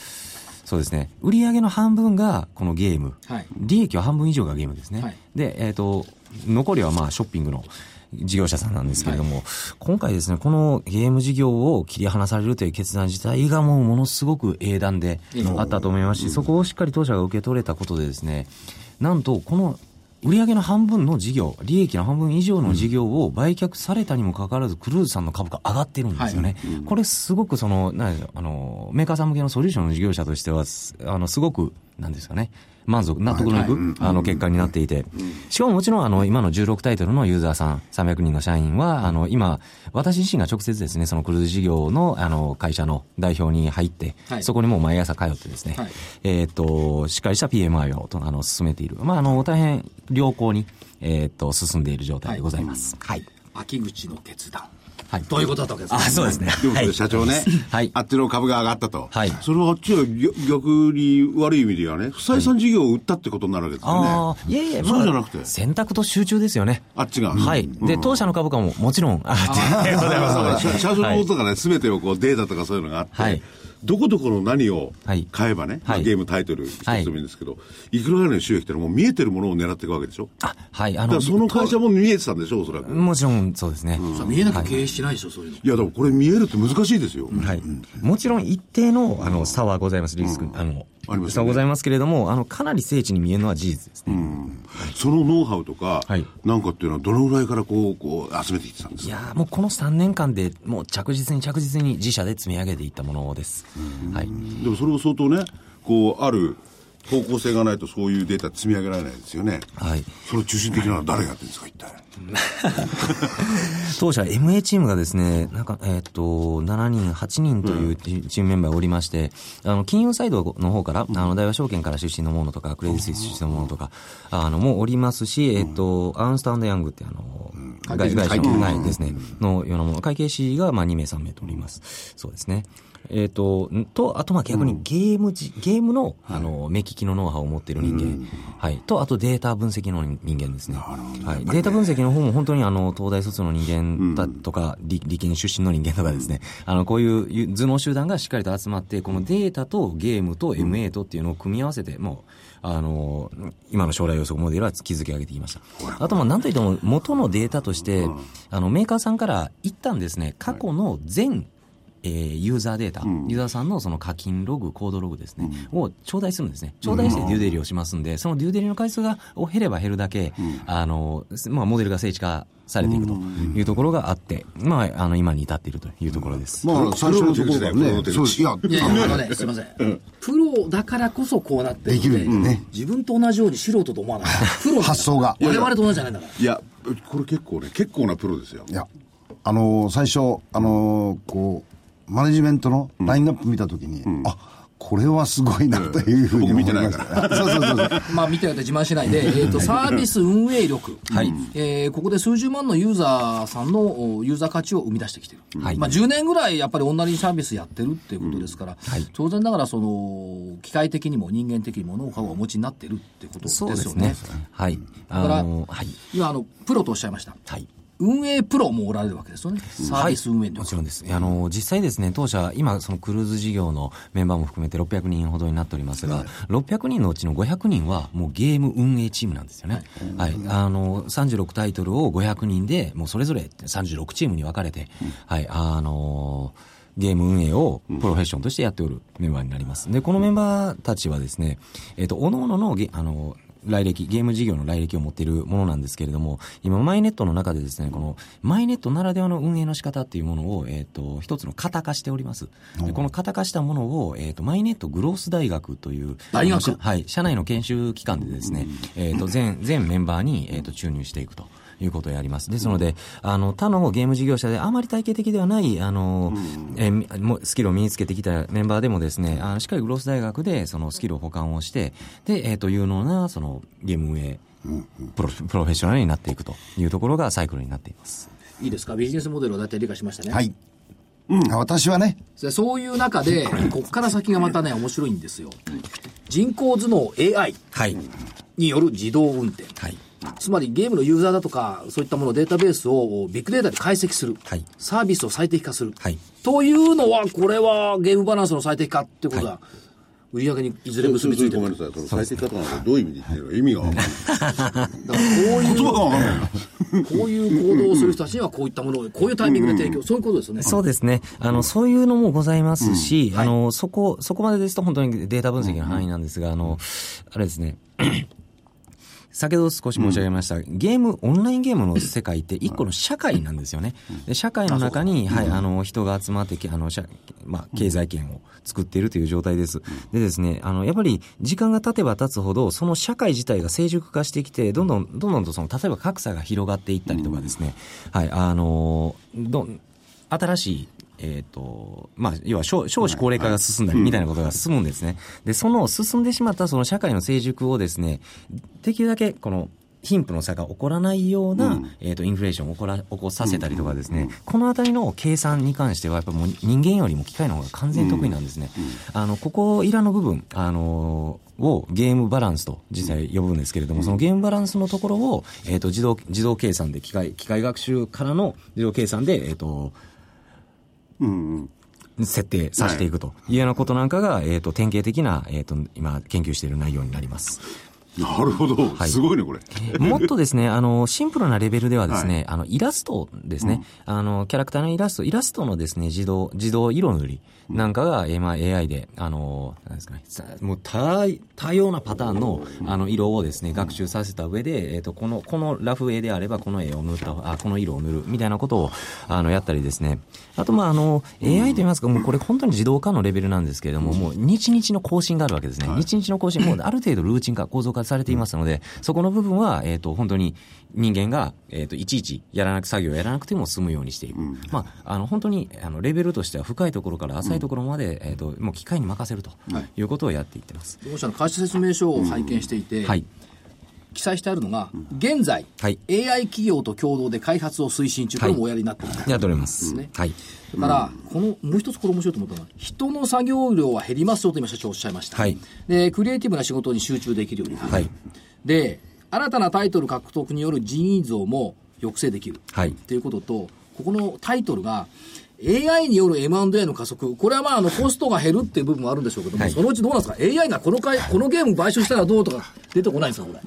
F: そうですね、売上の半分がこのゲーム、
A: はい
F: 利益は半分以上がゲームですね。
A: はい
F: で、えっ、と、残りはまあ、ショッピングの、事業者さんなんですけれども、今回ですね、このゲーム事業を切り離されるという決断自体がもうものすごく英断で
A: ええ
F: あったと思いますし、そこをしっかり当社が受け取れたことでですね、なんとこの売上の半分の事業、利益の半分以上の事業を売却されたにもかかわらず、クルーズさんの株価上がってるんですよね。これすごくその、なんでしょう、あの、メーカーさん向けのソリューションの事業者としては、すあの、すごく、なんですかね、満足、納得のいく、あの、結果になっていて。しかももちろん、あの、今の16タイトルのユーザーさん、300人の社員は、あの、今、私自身が直接ですね、そのクルーズ事業の、あの、会社の代表に入って、
A: はい
F: そこにもう毎朝通ってですね、
A: はい
F: えっ、と、しっかりした PMI をとあの進めている。まあ、あの、大変良好に、えっ、と、進んでいる状態でございます。はい。
A: 秋口の決断
F: はい。
A: ということだったわけです
F: あ、
A: ね
F: そうですね。
D: でもそ
F: は
D: れ
F: い。
D: 社長ね、
F: はい
D: あっちの株が上がったと。
F: はい
D: それはあっちはぎょ逆に悪い意味ではね、不採算事業を売ったってことになるわけですよね。
F: ああ、いえいえ、
D: そうじゃなくて
F: 選択と集中ですよね。
D: あっちが。
F: はい。
D: うん
F: で、当社の株価ももちろん、あって、ございます
D: だから社社
F: は
D: 長
F: い
D: とかね、すべてをこうデータとかそういうのがあって、
F: はい
D: どこどこの何を
F: はい
D: 買えばね、ま
F: はい
D: あゲームタイトル一つでもいいんですけど、い、くらぐらいの収益ってのはもう見えてるものを狙っていくわけでしょ
F: あ、はい。あ
D: だからその会社も見えてたんでしょ、おそらく。
F: もちろんそうですね。
A: さあ見えなきゃ経営してないでしょ、そういうの
D: いや、でもこれ見えるって難しいですよ。
F: はい、もちろん一定のあの差はございます、リスク、あの
D: ありますよね
F: 差はございますけれども、あのかなり精緻に見えるのは事実ですね。
D: そのノウハウとか、
F: はい
D: なんかっていうのはどのぐらいからこう、こう集めていってたんです
F: い
D: か
F: やーもうこの3年間で、もう着実に着実に自社で積み上げていったものです。はい、
D: でもそれを相当ね、こう、ある方向性がないとそういうデータ積み上げられないですよね。
F: はい、
D: それ中心的なのは誰がやってるんですか、一体。
F: 当社 MA チームがですね、なんか、えーっと、7人、8人というチチームメンバーがおりまして、あの、金融サイドの方から、あの、大和証券から出身のものとか、クレディスイス出身のものとか、あの、もうおりますし、えーっと、アーンスタンドヤングってあの、外外資の、はい、ですね、のようなもの、会計士が、まあ、2名、3名とおります。そうですね。えーっと、んと、あと、まあ、逆にゲームじ、ゲームの、あの、目利きのノウハウを持っている人間、はい、と、あとデータ分析の人間ですね。はい。データ分析の方も本当にあの、東大卒の人間だとか、理理研出身の人間とかですね、あの、こういうゆ頭脳集団がしっかりと集まって、このデータとゲームと MA とっていうのを組み合わせて、もう、あの、今の将来予測モデルは築き上げてきました。あと、まあ、なんといっても、元のデータとして、あの、メーカーさんから一旦ですね、過去の全、えーユーザーデータ、ユーザーさんのその課金ログ、コードログですね、を頂戴するんですね。頂戴してデューデリをしますんで、そのデューデリの回数が、を減れば減るだけ、あの、すまあ、モデルが精緻化されていくというところがあって、まあ、あの、今に至っているというところです。
C: まあ、最初のところから
D: プロの
C: ね
D: 手、口
C: そうですいや、
A: いやいや、あのね、すいません。プロだからこそこうなってるの
C: できるんだよね
A: 自分と同じように素人と思わない。 プロだから
C: 発想が
A: 我々と同じじゃないんだから。
D: いや、これ結構ね、結構なプロですよ。
C: いや、あのー最初、あのーこう、マネジメントのラインナップ見たときに、あこれはすごいなというふうに思いました。
D: 僕見て
C: ないから。そうそうそうそう。
A: まあ、見てないと自慢しない で、えー、とサービス運営力、えーここで数十万のユーザーさんのおユーザー価値を生み出してきてる、
F: はい
A: まあ、10年ぐらいやっぱり同じサービスやってるっていうことですから、当然ながらその機械的にも人間的にもノウハウをお持ちになってるってことですよ
F: そう
A: ね。
F: ですね。はい。あ
A: から
F: の、はい。
A: 今あの、プロとおっしゃいました、
F: はい。
A: 運営プロもおられるわけですよね、サービス運営
F: はい
A: 力、
F: もちろんです。あの、実際ですね、当社、今、そのクルーズ事業のメンバーも含めて600人ほどになっておりますが、600人のうちの500人は、もうゲーム運営チームなんですよね。はい。あの、36タイトルを500人で、もうそれぞれ36チームに分かれて、はい、あのゲーム運営をプロフェッションとしてやっておるメンバーになります。で、このメンバーたちはですね、えっ、と、各々のゲ、あの、来歴、ゲーム事業の来歴を持っているものなんですけれども、今、マイネットの中でですね、この、マイネットならではの運営の仕方っていうものを、えっ、と、一つの型化しております。でこの型化したものを、えっ、と、マイネットグロース大学という、
A: 大学
F: あの社はい、社内の研修機関でですね、えっ、と、全、全メンバーに、えっ、と、注入していくと。いうことをやります。ですので、あの、他のゲーム事業者であまり体系的ではない、あの、えーみもうスキルを身につけてきたメンバーでもですね、あのしっかりグロース大学でそのスキルを保管をして、で、えっ、と、有能な、その、ゲーム運営、プロ、プロフェッショナルになっていくというところがサイクルになっています。
A: いいですか、ビジネスモデルを大体理解しましたね。
C: はい。私はね、
A: でそういう中で、こっから先がまたね、面白いんですよ。人工頭脳 AI
F: はい。
A: による自動運転。
F: はい。
A: つまりゲームのユーザーだとか、そういったものデータベースをビッグデータで解析する。
F: はい
A: サービスを最適化する。
F: はい
A: というのは、これはゲームバランスの最適化ってことだ。売り上げにいずれ結びついて
D: ご
A: く
D: めん
A: る。
D: なさい、その最適化とはどういう意味で言ってるのか意味がわかんない。
A: だからこういう、
D: わかんない。
A: こ ういう行動をする人たちにはこういったものを、こういうタイミングで提供、そういうことですよね。
F: そうですね。あの、そういうのもございますし、あの、そこ、そこまでですと本当にデータ分析の範囲なんですが、あの、あれですね。 先ほど少し申し上げました、ゲーム、オンラインゲームの世界って一個の社会なんですよね。で社会の中に、はい、あの、人が集まってき、あの、社まあ、経済圏を作っているという状態です。でですね、あの、やっぱり時間が経てば経つほど、その社会自体が成熟化してきて、どんどん、どんどんとその、例えば格差が広がっていったりとかですね、はい、あの、どん、新しい、えっ、と、まあ、要は少少子高齢化が進んだりみたいなことが進むんですね。で、その進んでしまったその社会の成熟をですね、できるだけこの、貧富の差が起こらないような、えっ、と、インフレーションを起こら、起こさせたりとかですね、このあたりの計算に関しては、やっぱもう人間よりも機械の方が完全に得意なんですね。あの、ここいらの部分、あのをゲームバランスと実際呼ぶんですけれども、そのゲームバランスのところを、えっ、と、自動、自動計算で、機械、機械学習からの自動計算で、えっ、と、設定させていくというようなことなんかが、えっ、と、典型的な、えっ、と、今、研究している内容になります。
D: なるほど。
F: い
D: すごいね、これ。
F: もっとですね、あの、シンプルなレベルではですね、あの、イラストですね、あの、キャラクターのイラスト、イラストのですね、自動、自動色塗りなんかが、えまあ AI で、あの、なんですかね、さもう多い、多様なパターンの、あの、色をですね、学習させた上で、えっ、と、この、このラフ絵であれば、この絵を塗った、あ、この色を塗る、みたいなことを、あの、やったりですね。あと、まあ、あの、AI と言いますか、もうこれ本当に自動化のレベルなんですけれども、もう日々の更新があるわけですね。日々の更 新、もうある程度ルーチン化、構造化されていますので、そこの部分は、えっ、と、本当に人間が、えっ、と、いちいちやらなく、作業をやらなくても済むようにしていく。まあ、あの、本当に、あの、レベルとしては深いところから浅いところまで、えっ、と、もう機械に任せるということをやっていってます。
A: 当社の会社説明書を拝見していて、
F: はい。
A: 記載してあるのが、現在、
F: はい
A: AI 企業と共同で開発を推進中、これもおやりになっている。
F: やっております。はい。
A: だから、この、もう一つこれ面白いと思ったのは、人の作業量は減りますよと今社長おっしゃいました。
F: はい
A: で、クリエイティブな仕事に集中できるようになる。
F: はい。
A: で、新たなタイトル獲得による人員増も抑制できる。
F: はい
A: っていうことと、ここのタイトルが、AI による M&A の加速。これはまあ、あの、コストが減るっていう部分もあるんでしょうけども、
F: はい
A: そのうちどうなんですか ?AI がこの回、このゲーム買収したらどうとか出てこないんですかこれ。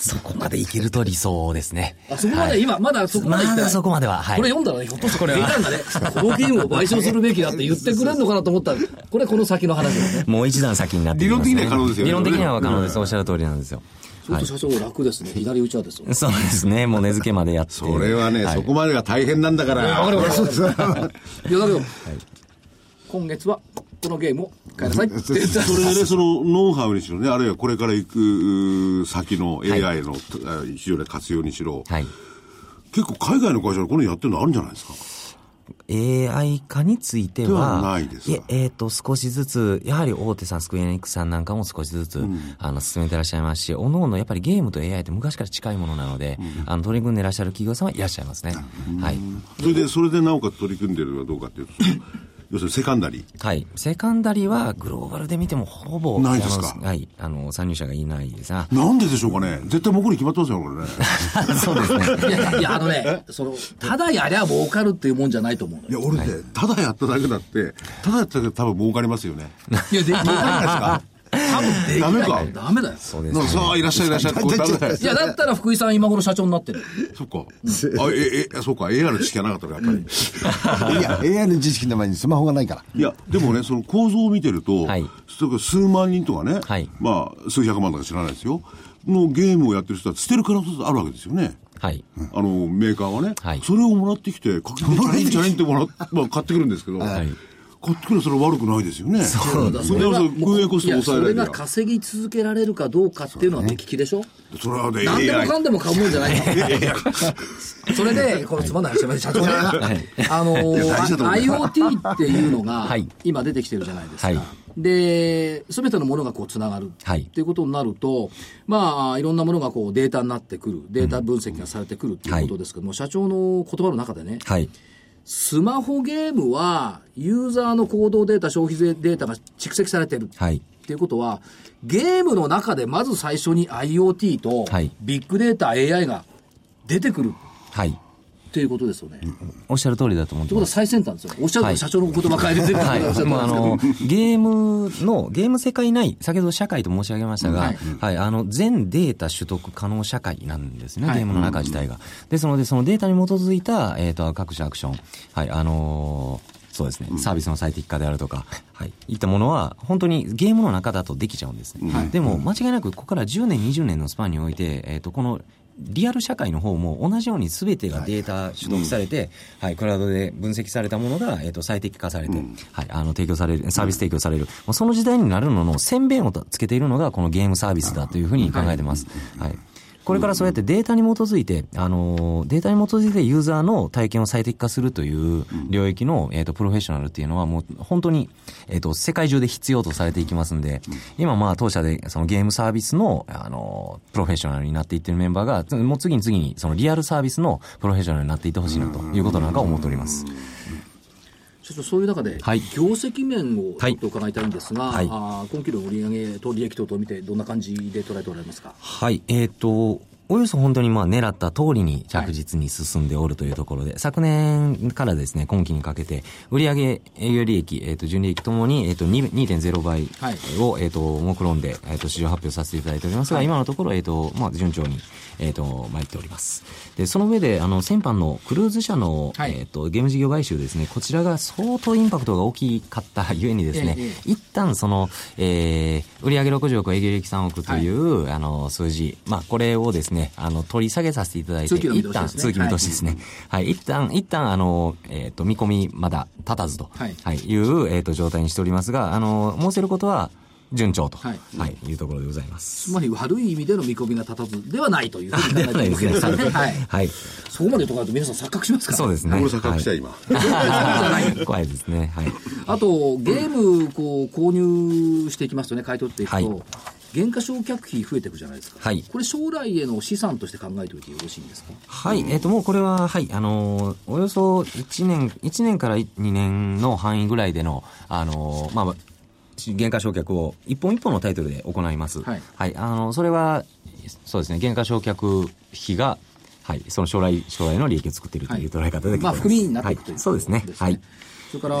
F: そこまでいけると理想ですね。
A: あ、そこまで、今、まだそこまで行ってない
F: まだそこまでははい
A: これ読んだらね、ひょっとしてこれ、がね、このゲームを買収するべきだって言ってくれるのかなと思ったら、これこの先の話ですね。
F: もう一段先になってきます、ね。
D: 理論的には可能ですよね
F: 理論的には可能です。おっしゃる通りなんですよ。
A: ちょっと社長楽ですね。左打ちはですよね。
F: そうですね。もう根付けまでやって。
D: それはね、そこまでが大変なんだから。
A: わかるわかる。いや、だけど、今月はこのゲームを買いなさいって言ったら
D: それ でね、そのノウハウにしろね、あるいはこれから行く先の AI のあ非常に活用にしろ、
F: はい。
D: 結構海外の会社でこれやってるのあるんじゃないですか。
F: AI 化について
D: では
F: は、
D: ないですか
F: ええーと、少しずつ、やはり大手さん、スクエアエニックスさんなんかも少しずつ、あの、進めてらっしゃいますし、おのおのやっぱりゲームと AI って昔から近いものなので、あの、取り組んでらっしゃる企業さんはいらっしゃいますね。はい。
D: それで、それでなおかつ取り組んでるのはどうかっていうと、その要するにセカンダリー。
F: はい。セカンダリは、グローバルで見てもほぼ、
D: ないですか、
F: あのはい。あの、参入者がいないですが
D: なんででしょうかね絶対僕に決まってますよ、これね。
F: そうですね。
A: いや、いや、あのね、その、ただやりゃ儲かるっていうもんじゃないと思うのよ。
D: いや、俺ね、ただやっただけだって、ただやっただけで多分儲かりますよね。
A: いや、できないですか多分できない。
D: ダメか
A: ダメだよ。
F: そうです
D: な
F: ね
D: んかさあ、いらっしゃいいらっしゃい。こう食べない
A: いや、だったら福井さん今頃社長になってる。
D: そっか。あ、え、え、そうか、AR の知識がなかったから、やっぱり。
C: いや、AI の知識の前にスマホがないから。
D: いや、でもね、その構造を見てると、
F: はい
D: それから数万人とかね、
F: はい
D: まあ、数百万とか知らないですよ、のゲームをやってる人は捨てる可能性あるわけですよね。
F: はい。
D: あの、メーカーはね、
F: はい
D: それをもらってきて、課金でチャレンチャレンってもらっ、まあ、買ってくるんですけど、
F: い
D: 買ってくるそれは悪くないですよね。そう
A: だ
D: それは運営コス
A: い
D: トを抑えられる
A: や
D: や
A: それが稼ぎ続けられるかどうかっていうのは目利きでしょ
D: それはね、
A: 何でも
D: AI
A: かんでも買うもんじゃ ないから
D: いや
A: それで、このつまんない話は社長ね、あの
D: いや大事だと思うよ
A: IoT っていうのが
F: はい、
A: 今出てきてるじゃないですか。
F: はい
A: で、すべてのものがこう、つながる。
F: はい
A: っていうことになると、まあ、いろんなものがこう、データになってくる。データ分析がされてくるっていうことですけども、社長の言葉の中でね、
F: はい。
A: スマホゲームは、ユーザーの行動データ、消費税データが蓄積されてる。
F: はい
A: っていうことは、ゲームの中でまず最初に IoT と
F: はい、
A: ビッグデータ、AI が出てくる。
F: はい。
A: っていうことですよね。ってこ
F: おっしゃる通りだと思って
A: とは
F: ます。
A: 最先端ですよ。おっしゃると
F: はい
A: 社長の言葉変えてる
F: はい
A: おっしゃると
F: もうあ
A: 思うん
F: の
A: ですけど、
F: ゲームの、ゲーム世界内、先ほど社会と申し上げましたが、はい、あの、全データ取得可能社会なんですね、
A: はい
F: ゲームの中自体が。ですので、そのデータに基づいた、えっ、と、各種アクション、はい、あのーそうですね、サービスの最適化であるとか、はい、いったものは、本当にゲームの中だとできちゃうんですね。でも、間違いなく、ここから10年、20年のスパンにおいて、えっ、と、この、リアル社会の方も同じように全てがデータ取得されて、はい、クラウドで分析されたものが、えっ、と、最適化されて、はい、あの、提供される、サービス提供される、もうその時代になるのの、先鞭をつけているのが、このゲームサービスだというふうに考えてます。はい。これからそうやってデータに基づいて、あのー、データに基づいてユーザーの体験を最適化するという領域の、えっ、と、プロフェッショナルっていうのはもう本当に、えっ、と、世界中で必要とされていきますんで、今まあ当社でそのゲームサービスの、あのー、プロフェッショナルになっていってるメンバーが、つもう次に次にそのリアルサービスのプロフェッショナルになっていってほしいなということなんか思っております。
A: 社長、そういう中で、業
F: はい
A: 績面をちょっと伺いたいんですが、
F: はい
A: あー今期の売上と利益等々を見て、どんな感じで捉えておられますか
F: はい、えっ、と、およそ本当にまあ狙った通りに着実に進んでおるというところで、昨年からですね、今期にかけて、売上営業利益、えっ、と、純利益ともに、えっ、と、2 2.0倍
A: はい
F: を、えっ、と、目論んで、えっ、と、市場発表させていただいておりますが、今のところ、えっ、と、まあ、順調に、えっ、と、参っております。で、その上で、あの、先般のクルーズ社の、
A: はい
F: えっ、と、ゲーム事業買収ですね、こちらが相当インパクトが大きかったゆえにですね、
A: ええええ
F: 一旦その、えー、売上60億、営業利益3億という、あの、数字、まあ、これをですね、あの、取り下げさせていただいて、
A: 通期の見通
F: 一
A: し
F: 旦、
A: ですね
F: 通期見通しですね。はい、一旦、一旦、あの、えっ、と、見込みまだ立たずと、
A: は
F: はいい、いう、えっ、と、状態にしておりますが、あの、申せることは、順調と、
A: は
F: はいい、い、うところでございます。
A: つまり悪い意味での見込みが立たずではないというふうに
F: で
A: 考
F: は
A: え
F: な
A: て
F: い
A: い
F: で
A: ます
F: す
A: けど
F: ね。は
A: ね。
F: い。
A: はい。
F: はい。
A: そこまでとかると皆さん錯覚しますから。
F: そうですね。
D: 俺錯覚した、今。
F: はい。 怖いですね。はい。
A: あと、ゲーム、こう、購入していきますとね、買い取っていくと、
F: はい
A: 原価償却費増えていくじゃないですか。
F: はい
A: これ、将来への資産として考えておいてよろしいんですか
F: はい、えっ、と、もうこれは、はい、あのーおよそ1年、1年から2年の範囲ぐらいでの、あのーまあ、原価償却を一本一本のタイトルで行います。
A: はい
F: あのーそれは、そうですね、原価償却費が、はい、その将来、将来の利益を作っているという捉え方でございます、
A: まあ、含みになっていくという、
F: はい、そうですね。はい。
A: それから、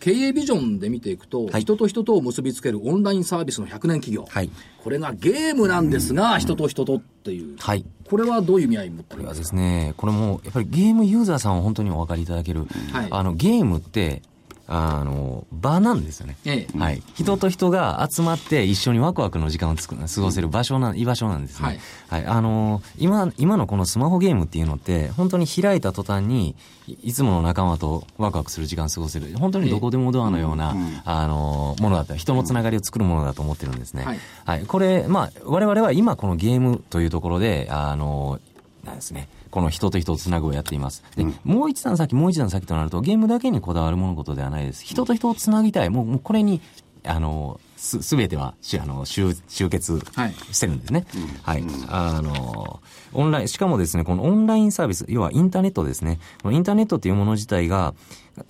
A: 経営ビジョンで見ていくと、
F: はい
A: 人と人とを結びつけるオンラインサービスの100年企業。
F: はい
A: これがゲームなんですが、人と人とっていう。
F: はい。
A: これはどういう意味合いを持って
F: これ
A: ま
F: は
A: す
F: ですね、これも、やっぱりゲームユーザーさんは本当にお分かりいただける。
A: はい
F: あの、ゲームって、あの、場なんですよね。
A: ええ
F: はい。人と人が集まって一緒にワクワクの時間をつく過ごせる場所な、居場所なんですね。はい。あの、今、今のこのスマホゲームっていうのって、本当に開いた途端に、いいつもの仲間とワクワクする時間を過ごせる、本当にどこでもドアのような、あの、ものだったり、人のつながりを作るものだと思ってるんですね。
A: はい
F: はい。これ、まあ、我々は今このゲームというところで、あの、なんですね。この人と人をつなぐをやっています。で、もう一段先、もう一段先となると、ゲームだけにこだわる物事ではないです。人と人をつなぎたい。もう、もうこれに、あの、す、すべては、しあの、集、集結
A: はい
F: してるんですね。はい。あの、オンライン、しかもですね、このオンラインサービス、要はインターネットですね。このインターネットというもの自体が、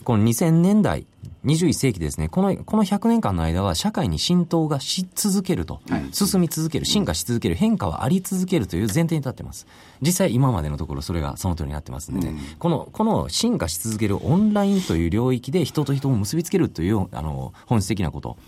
F: この2000年代、21世紀ですね、この、この100年間の間は社会に浸透がし続けると、進み続ける、進化し続ける、変化はあり続けるという前提に立ってます。実際今までのところそれがその通りになってますんでね、この、この進化し続けるオンラインという領域で人と人を結びつけるという、あの、本質的なこと、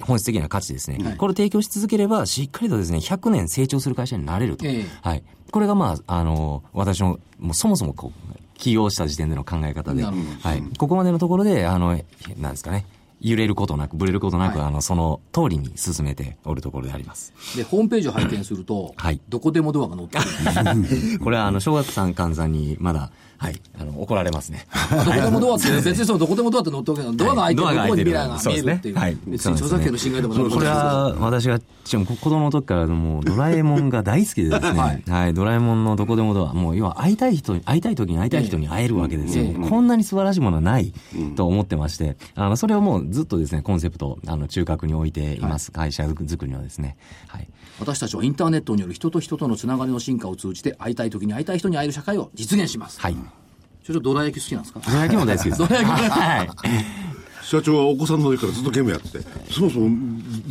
F: 本質的な価値ですね、これを提供し続ければ、しっかりとですね、100年成長する会社になれると、
A: ええ
F: はい、これが、まあ、あの私のもうそもそもこう起用した時点での考え方で、
A: なるほ
F: はい、ここまでのところで、あのなんですかね、揺れることなく、ぶれることなく、あのその通りに進めておるところであります。
A: で、ホームページを拝見すると、
F: はい
A: どこでもドアが載って る。
F: これは、あの小学さん、関さんにまだ、はい、あの怒られます ね。
A: どこでもドアって、別にそのどこでもドアって載ってるわけど、ドアが開いてる
F: ドア
A: と
F: が
A: こ
F: 開い
A: ろに
F: てる
A: 未来が見えるっていう。
F: そうですねはい
A: 別に著作権の侵害でもなく
F: これは私がしかも子供の時からもうドラえもんが大好きでですね、
A: はい
F: はい、ドラえもんのどこでもドア、もう要は会いたい人に、会いたい時に会いたい人に会えるわけですよ。
A: ええ
F: こんなに素晴らしいものはないと思ってまして、あの、それをもうずっとですね、コンセプト、あの、中核に置いています。会社作りのですね。はい。
A: 私たちはインターネットによる人と人とのつながりの進化を通じて、会いたい時に会いたい人に会える社会を実現します。
F: はい。
A: 所長、ドラ焼き好きなんですか
F: ドラ焼きも大好きです。
A: ドラ焼きも大好き
F: はい。
D: 社長はお子さんの時からずっとゲームやってて、そもそも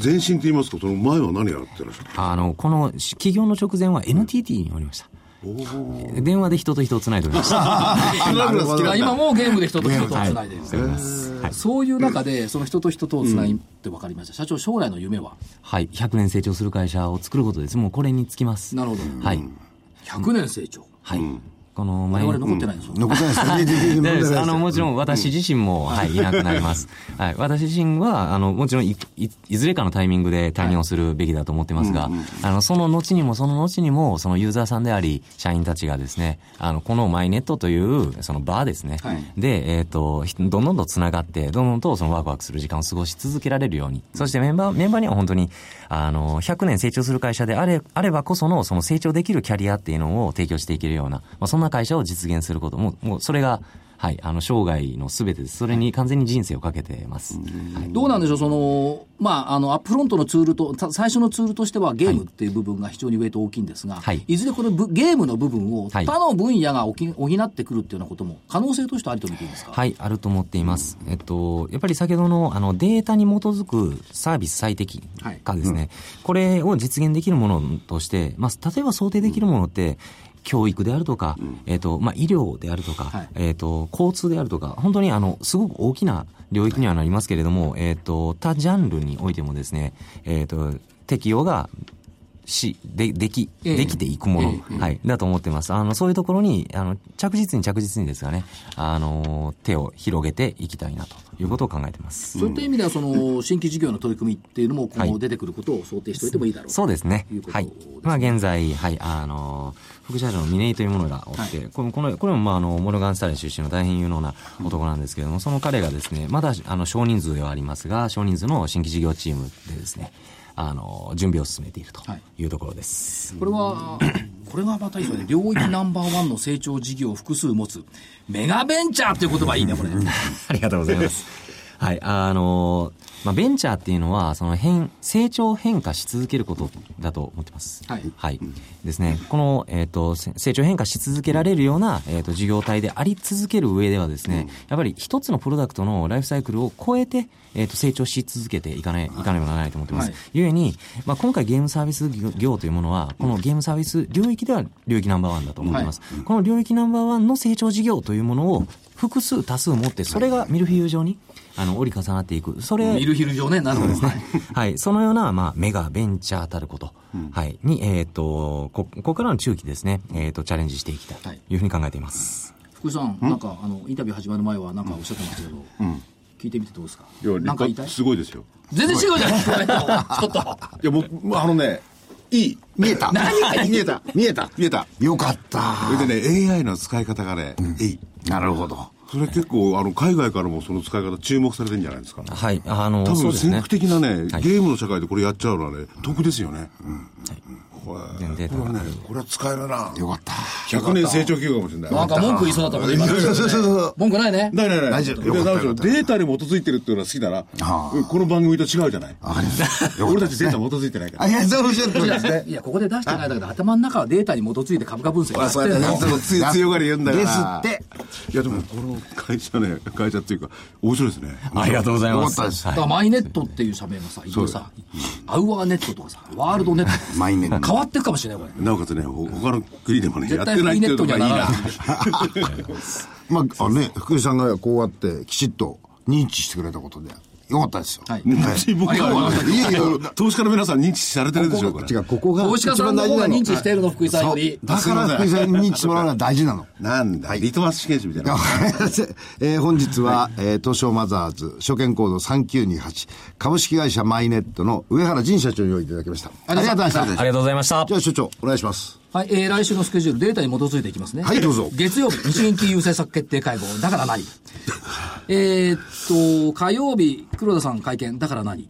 D: 前身と言いますか、その前は何やってらっしゃる
F: あの、この企業の直前は NTT におりました。電話で人と人をつないでおりました。
D: なるほど
A: あ今もうゲームで人と人とをつないでるんです
F: そう
A: よ
F: ですはい。
A: そういう中で、その人と人とをつないって分かりました。社長、将来の夢は
F: はい。100年成長する会社を作ることです。もうこれにつきます。
A: なるほど。
F: はい。
A: 100年成長。
F: はい。この
A: 我
F: 前
A: 々残ってないんですよ。
C: 残ってない ですか
F: 大丈夫 ですあの、もちろん私自身も、はい、いなくなり ます。はい。私自身は、あの、もちろんい、い、いずれかのタイミングで退任をするべきだと思ってますが、あの、その後にも、その後にも、そのユーザーさんであり、社員たちがですね、あの、このマイネットという、そのバーですね。
A: はい
F: で、えっ、と、ひどんどんと繋がって、どんどんとそのワクワクする時間を過ごし続けられるように。そしてメンバー、メンバーには本当に、あの、100年成長する会社であれ、あればこその、その成長できるキャリアっていうのを提供していけるような、まあ、そんな会社を実現すること、もう、もうそれが、はい、あの、生涯のすべてです。それに完全に人生をかけてます。はい
A: どうなんでしょう、その、まあ、あの、アップフロントのツールと、た最初のツールとしてはゲームっていう部分が非常にウェイト大きいんですが、
F: はいい、
A: ずれこのぶゲームの部分を
F: は
A: 他
F: い
A: の分野が補き補ってくるっていうようなことも、可能性としてありと見ていいですか、
F: はい、あると思っています。えっと、やっぱり先ほどのあのデータに基づくサービス最適化ですね、これを実現できるものとして、まあ、例えば想定できるものって、教育であるとか、えっと、まあ、医療であるとか、
A: はい
F: えっと、交通であるとか、本当にあの、すごく大きな領域にはなりますけれども、えっと、他ジャンルにおいてもですね、えっと、適用が、し、で、でき、
A: ええ
F: できていくもの、
A: ええ
F: はい、だと思ってます。あの、そういうところに、あの、着実に着実にですがね、あの、手を広げていきたいなということを考えてます。
A: そういった意味では、その、新規事業の取り組みっていうのも、今
F: は
A: 後
F: い
A: 出てくることを想定しておいてもいいだろうと
F: そうですね
A: いう。こと
F: は
A: です
F: い
A: ね。
F: まあ現在、はい、あの、副社長の峰井というものがおって、
A: は
F: この、この、これもまああの、モルガンスターリン出身の大変有能な男なんですけれども、その彼がですね、まだ、あの、少人数ではありますが、少人数の新規事業チームでですね、あの、準備を進めていると
A: はい
F: いうところです。
A: これは、これがまたいいですよね。領域ナンバーワンの成長事業を複数持つ、メガベンチャーっていう言葉いいね、これ。
F: ありがとうござい ます。はい、あの、まあ、ベンチャーっていうのは、その変、成長変化し続けることだと思ってます。
A: はい
F: ですね。この、えっ、と、せ成長変化し続けられるような、えっ、と、事業体であり続ける上ではですね、やっぱり一つのプロダクトのライフサイクルを超えて、えっ、と、成長し続けていかない、いかねばならないと思ってます。
A: はい
F: ゆえに、まあ、今回ゲームサービス業業というものは、このゲームサービス領域では領域ナンバーワンだと思ってます。この領域ナンバーワンの成長事業というものを複数多数持って、それがミルフィーユ状に、あの、折り重なっていく。それ、
A: ミルヒル上ね、なるほど。はい
F: はい、そのような、まあ、メガベンチャーたること、はい、に、えっ、と、こ、ここからの中期ですね、えっ、と、チャレンジしていきたいというふうに考えています。
A: 福井さん、なんか、あの、インタビュー始まる前は、なんかおっしゃってましたけど、聞いてみてどうですか
D: いや立
A: なんか
D: 派
A: 言いたい
D: すごいですよ。
A: 全然違うじゃん、聞こえたちょっと。
D: いや、もう、あのね、いい。見えた。 何が見えた。見えた。見えた。
C: よかった。
D: それでね、AI の使い方がね、えい。
C: なるほど。
D: それ結構、あの、海外からもその使い方注目されてるんじゃないですか。
F: はい、あの、
D: 多
F: そう
D: 分
F: です
D: 先
F: ね
D: 駆。的なね、
F: はい
D: ゲームの社会でこれやっちゃうのはね、得ですよね。こ
F: 全データ
D: これ
F: が
D: ね、これは使えるな。
C: よかった。
D: 100年成長期かもしれない。
A: なんか文句言いそうだったもんね、今。文句ないね。
D: ないないない。
C: 大丈夫
D: で
C: よかった
D: なおちゃん
C: よかった
D: データに基づいてるっていうのは好きだな
C: あ。ー
D: うんこの番組と違うじゃない。
C: わかりました。
D: 俺たちデータ基づいてないから
C: あ、。いや、そうおっしゃるとりですね。
A: いや、ここで出してないだけで、頭の中はデータに基づいて株価分析やってるの。
D: つつ強がり言うんだよな
C: ですって。
D: いやでもこの会社ね会社っていうか面白いですね
F: ありがとうござい
C: よ
F: ます。
C: かったです
A: だからマイネットっていう社名もさ、いろいろさ、アウアーネットとかさ、ワールドネットとかさ、
C: マイネット
A: 変わってくかもしれない、これ。
D: なおかつねほ他の国でもね
A: 絶
D: やって
A: 対フ
D: ない
A: リ
D: っ
A: ーネ
D: てい
A: ッ
D: う
A: ト
D: の
A: に
D: が
A: はい
D: い
A: なら
D: な
A: ない。
C: まあ、あね、福井さんがこうやってきちっと認知してくれたことで、よかったですよ。
A: はい
D: 私僕
A: ありがとうございま
D: は
A: す
C: いやいや
D: 投資家の皆さん認知されてるでしょうから
C: 違う、ここが。
A: 投資家さんの方が認知しているの、福井さんよ
C: そう
A: り。
C: だから福井さんに認知してもらうのは大事なの。
D: なんだリトマス試験紙みたい
C: いや
D: な
C: わかりません えー本日は、えー東証マザーズ、証券コード3928、株式会社マイネットの上原仁社長に用意いただきました。ありがとうございまし
F: あ
C: た。
F: りがとうございました
C: じゃ。あ、所長、お願いします。
A: はい、えー、来週のスケジュール、データに基づいていきますね。
C: はいどうぞ
A: 月曜日、日銀金融政策決定会合、だから 何えーっと、火曜日、黒田さん会見、だから何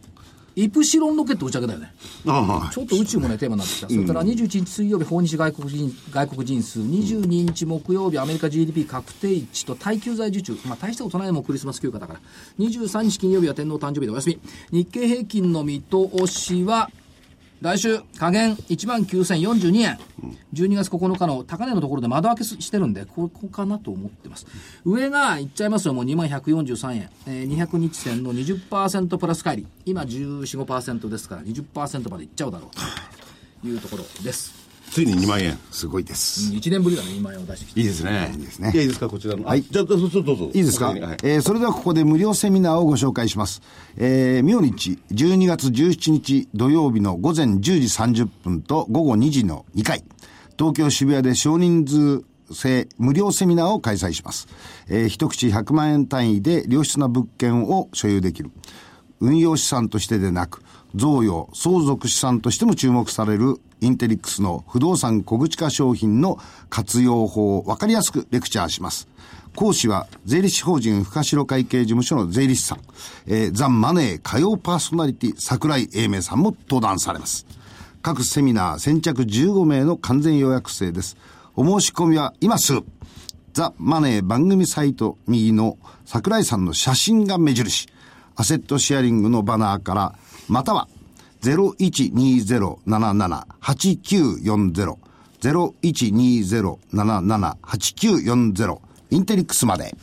A: イプシロンロケット打ち上げだよね。
D: あ
A: ちょっと宇宙もね、テーマになってきた。それから21日水曜日、訪日外国人、外国人数。22日木曜日、アメリカ GDP 確定値と耐久財受注。まあ、大したことないもんクリスマス休暇だから。23日金曜日は天皇誕生日でお休み。日経平均の見通しは、来週、下限19,042円。12月9日の高値のところで窓開けしてるんで、ここかなと思ってます。上がいっちゃいますよ、もう2143円。えー200日線の20%プラス返り。今14、5%ですから20%までいっちゃうだろうというところです。
D: ついに2万円
C: すごいです。
A: 1年ぶりだね、2万円を出してきて。
D: いいですねいい
C: ですね
D: いいですかこちらのはいじゃあどうぞどうぞ
C: いいですか、
D: はいはい
C: えーそれではここで無料セミナーをご紹介します。えー、明日、12月17日土曜日の午前10時30分と午後2時の2回、東京渋谷で少人数制無料セミナーを開催します。えー一口100万円単位で良質な物件を所有できる。運用資産としてでなく、贈与、相続資産としても注目されるインテリックスの不動産小口化商品の活用法を分かりやすくレクチャーします。講師は税理士法人深城会計事務所の税理士さん、えーザ・マネー火曜パーソナリティ桜井英明さんも登壇されます。各セミナー先着15名の完全予約制です。お申し込みは今すぐ。ザ・マネー番組サイト右の桜井さんの写真が目印。アセットシェアリングのバナーから、または0120-77-8940、0120-77-8940インテリックスまで。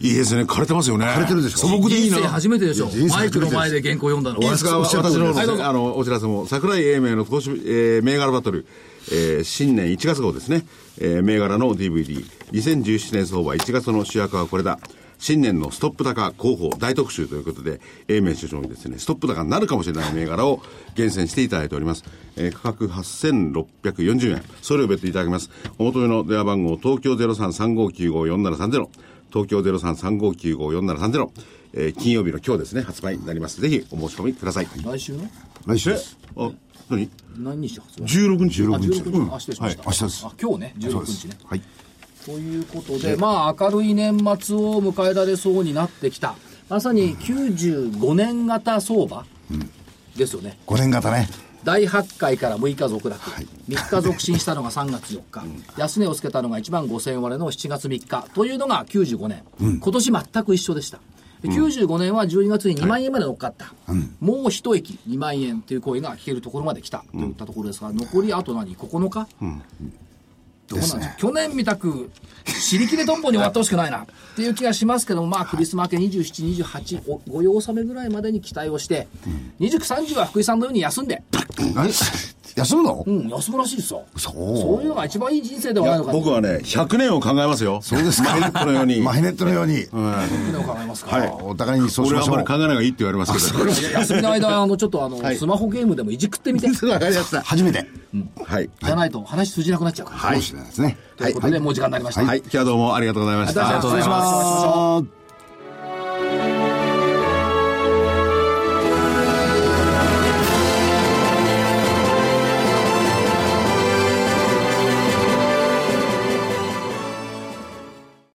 D: いいですね枯れてますよね枯れ
C: てるでしょ
D: 素朴でいい
A: 人
D: な
A: 生初めてでしょ
C: 人。生
A: マイ
C: 初
A: ク
C: めて
A: の
C: です
A: 前で原稿読んだの。
D: いいですか
C: おっしゃる
D: 私
C: 通り
D: の
C: です
A: はいどうぞ
D: あのお知らせも桜井英明の投資、えー銘柄バトル、えー新年1月号ですね、えー銘柄の DVD2017 年相場1月の主役はこれだ新年のストップ高候補大特集ということで、英明首相にですね、ストップ高になるかもしれない銘柄を厳選していただいております。えー価格8640円、それを別途いただきます。お求めの電話番号、東京0335954730、東京0335954730、えー金曜日の今日ですね、発売になります。ぜひお申し込みください。
A: 来週の
C: 来
D: えあ、何
A: 何日発売
D: ?16 日。
A: あ、16日、あ、失礼しました。
C: はい明日です
A: あ、今日ね、16日ね。
C: はい。
A: ということで、まあ、明るい年末を迎えられそうになってきた、まさに95年型相場、ですよね、
C: 5年型ね。
A: 第8回から6日続落、3日続伸したのが3月4日、安値をつけたのが1万5000割れの7月3日というのが95年、今年全く一緒でした。で95年は12月に2万円まで乗っかった、もう一息2万円という声が聞けるところまで来たといったところですが、残りあと何、9日、どうなんでしょう去年みたく、尻切れトンボに終わってほしくないなっていう気がしますけども、まあ、クリスマス明け27、28、お御用納めぐらいまでに期待をして、29、30は福井さんのように休んで、
C: え 休むの
A: うん、休むらしいですよ。
C: そう
A: そういうのが一番いい人生ではないのか
D: 僕はね、100年を考えますよ。そうですか。 このように。
C: マイネットのように、
A: 僕の考えますから。
C: はい、お互いにそうし
D: 俺
C: ま
D: はあ
C: し
D: ん
C: ょ
D: ま
C: う
D: り考えない方がいいって言われ ますけど。
A: いや休みの間、あの、ちょっとあの、スマホゲームでも いじくってみて、じ
D: わかりました。
C: 初めて
D: はい。
A: ゃないと話通じなくなっちゃうから。
C: かもしれないですね、
A: ということで、もう時間になりました。
D: はい。今日はどうもありがとうございました。
A: ありがとうございます。
C: あー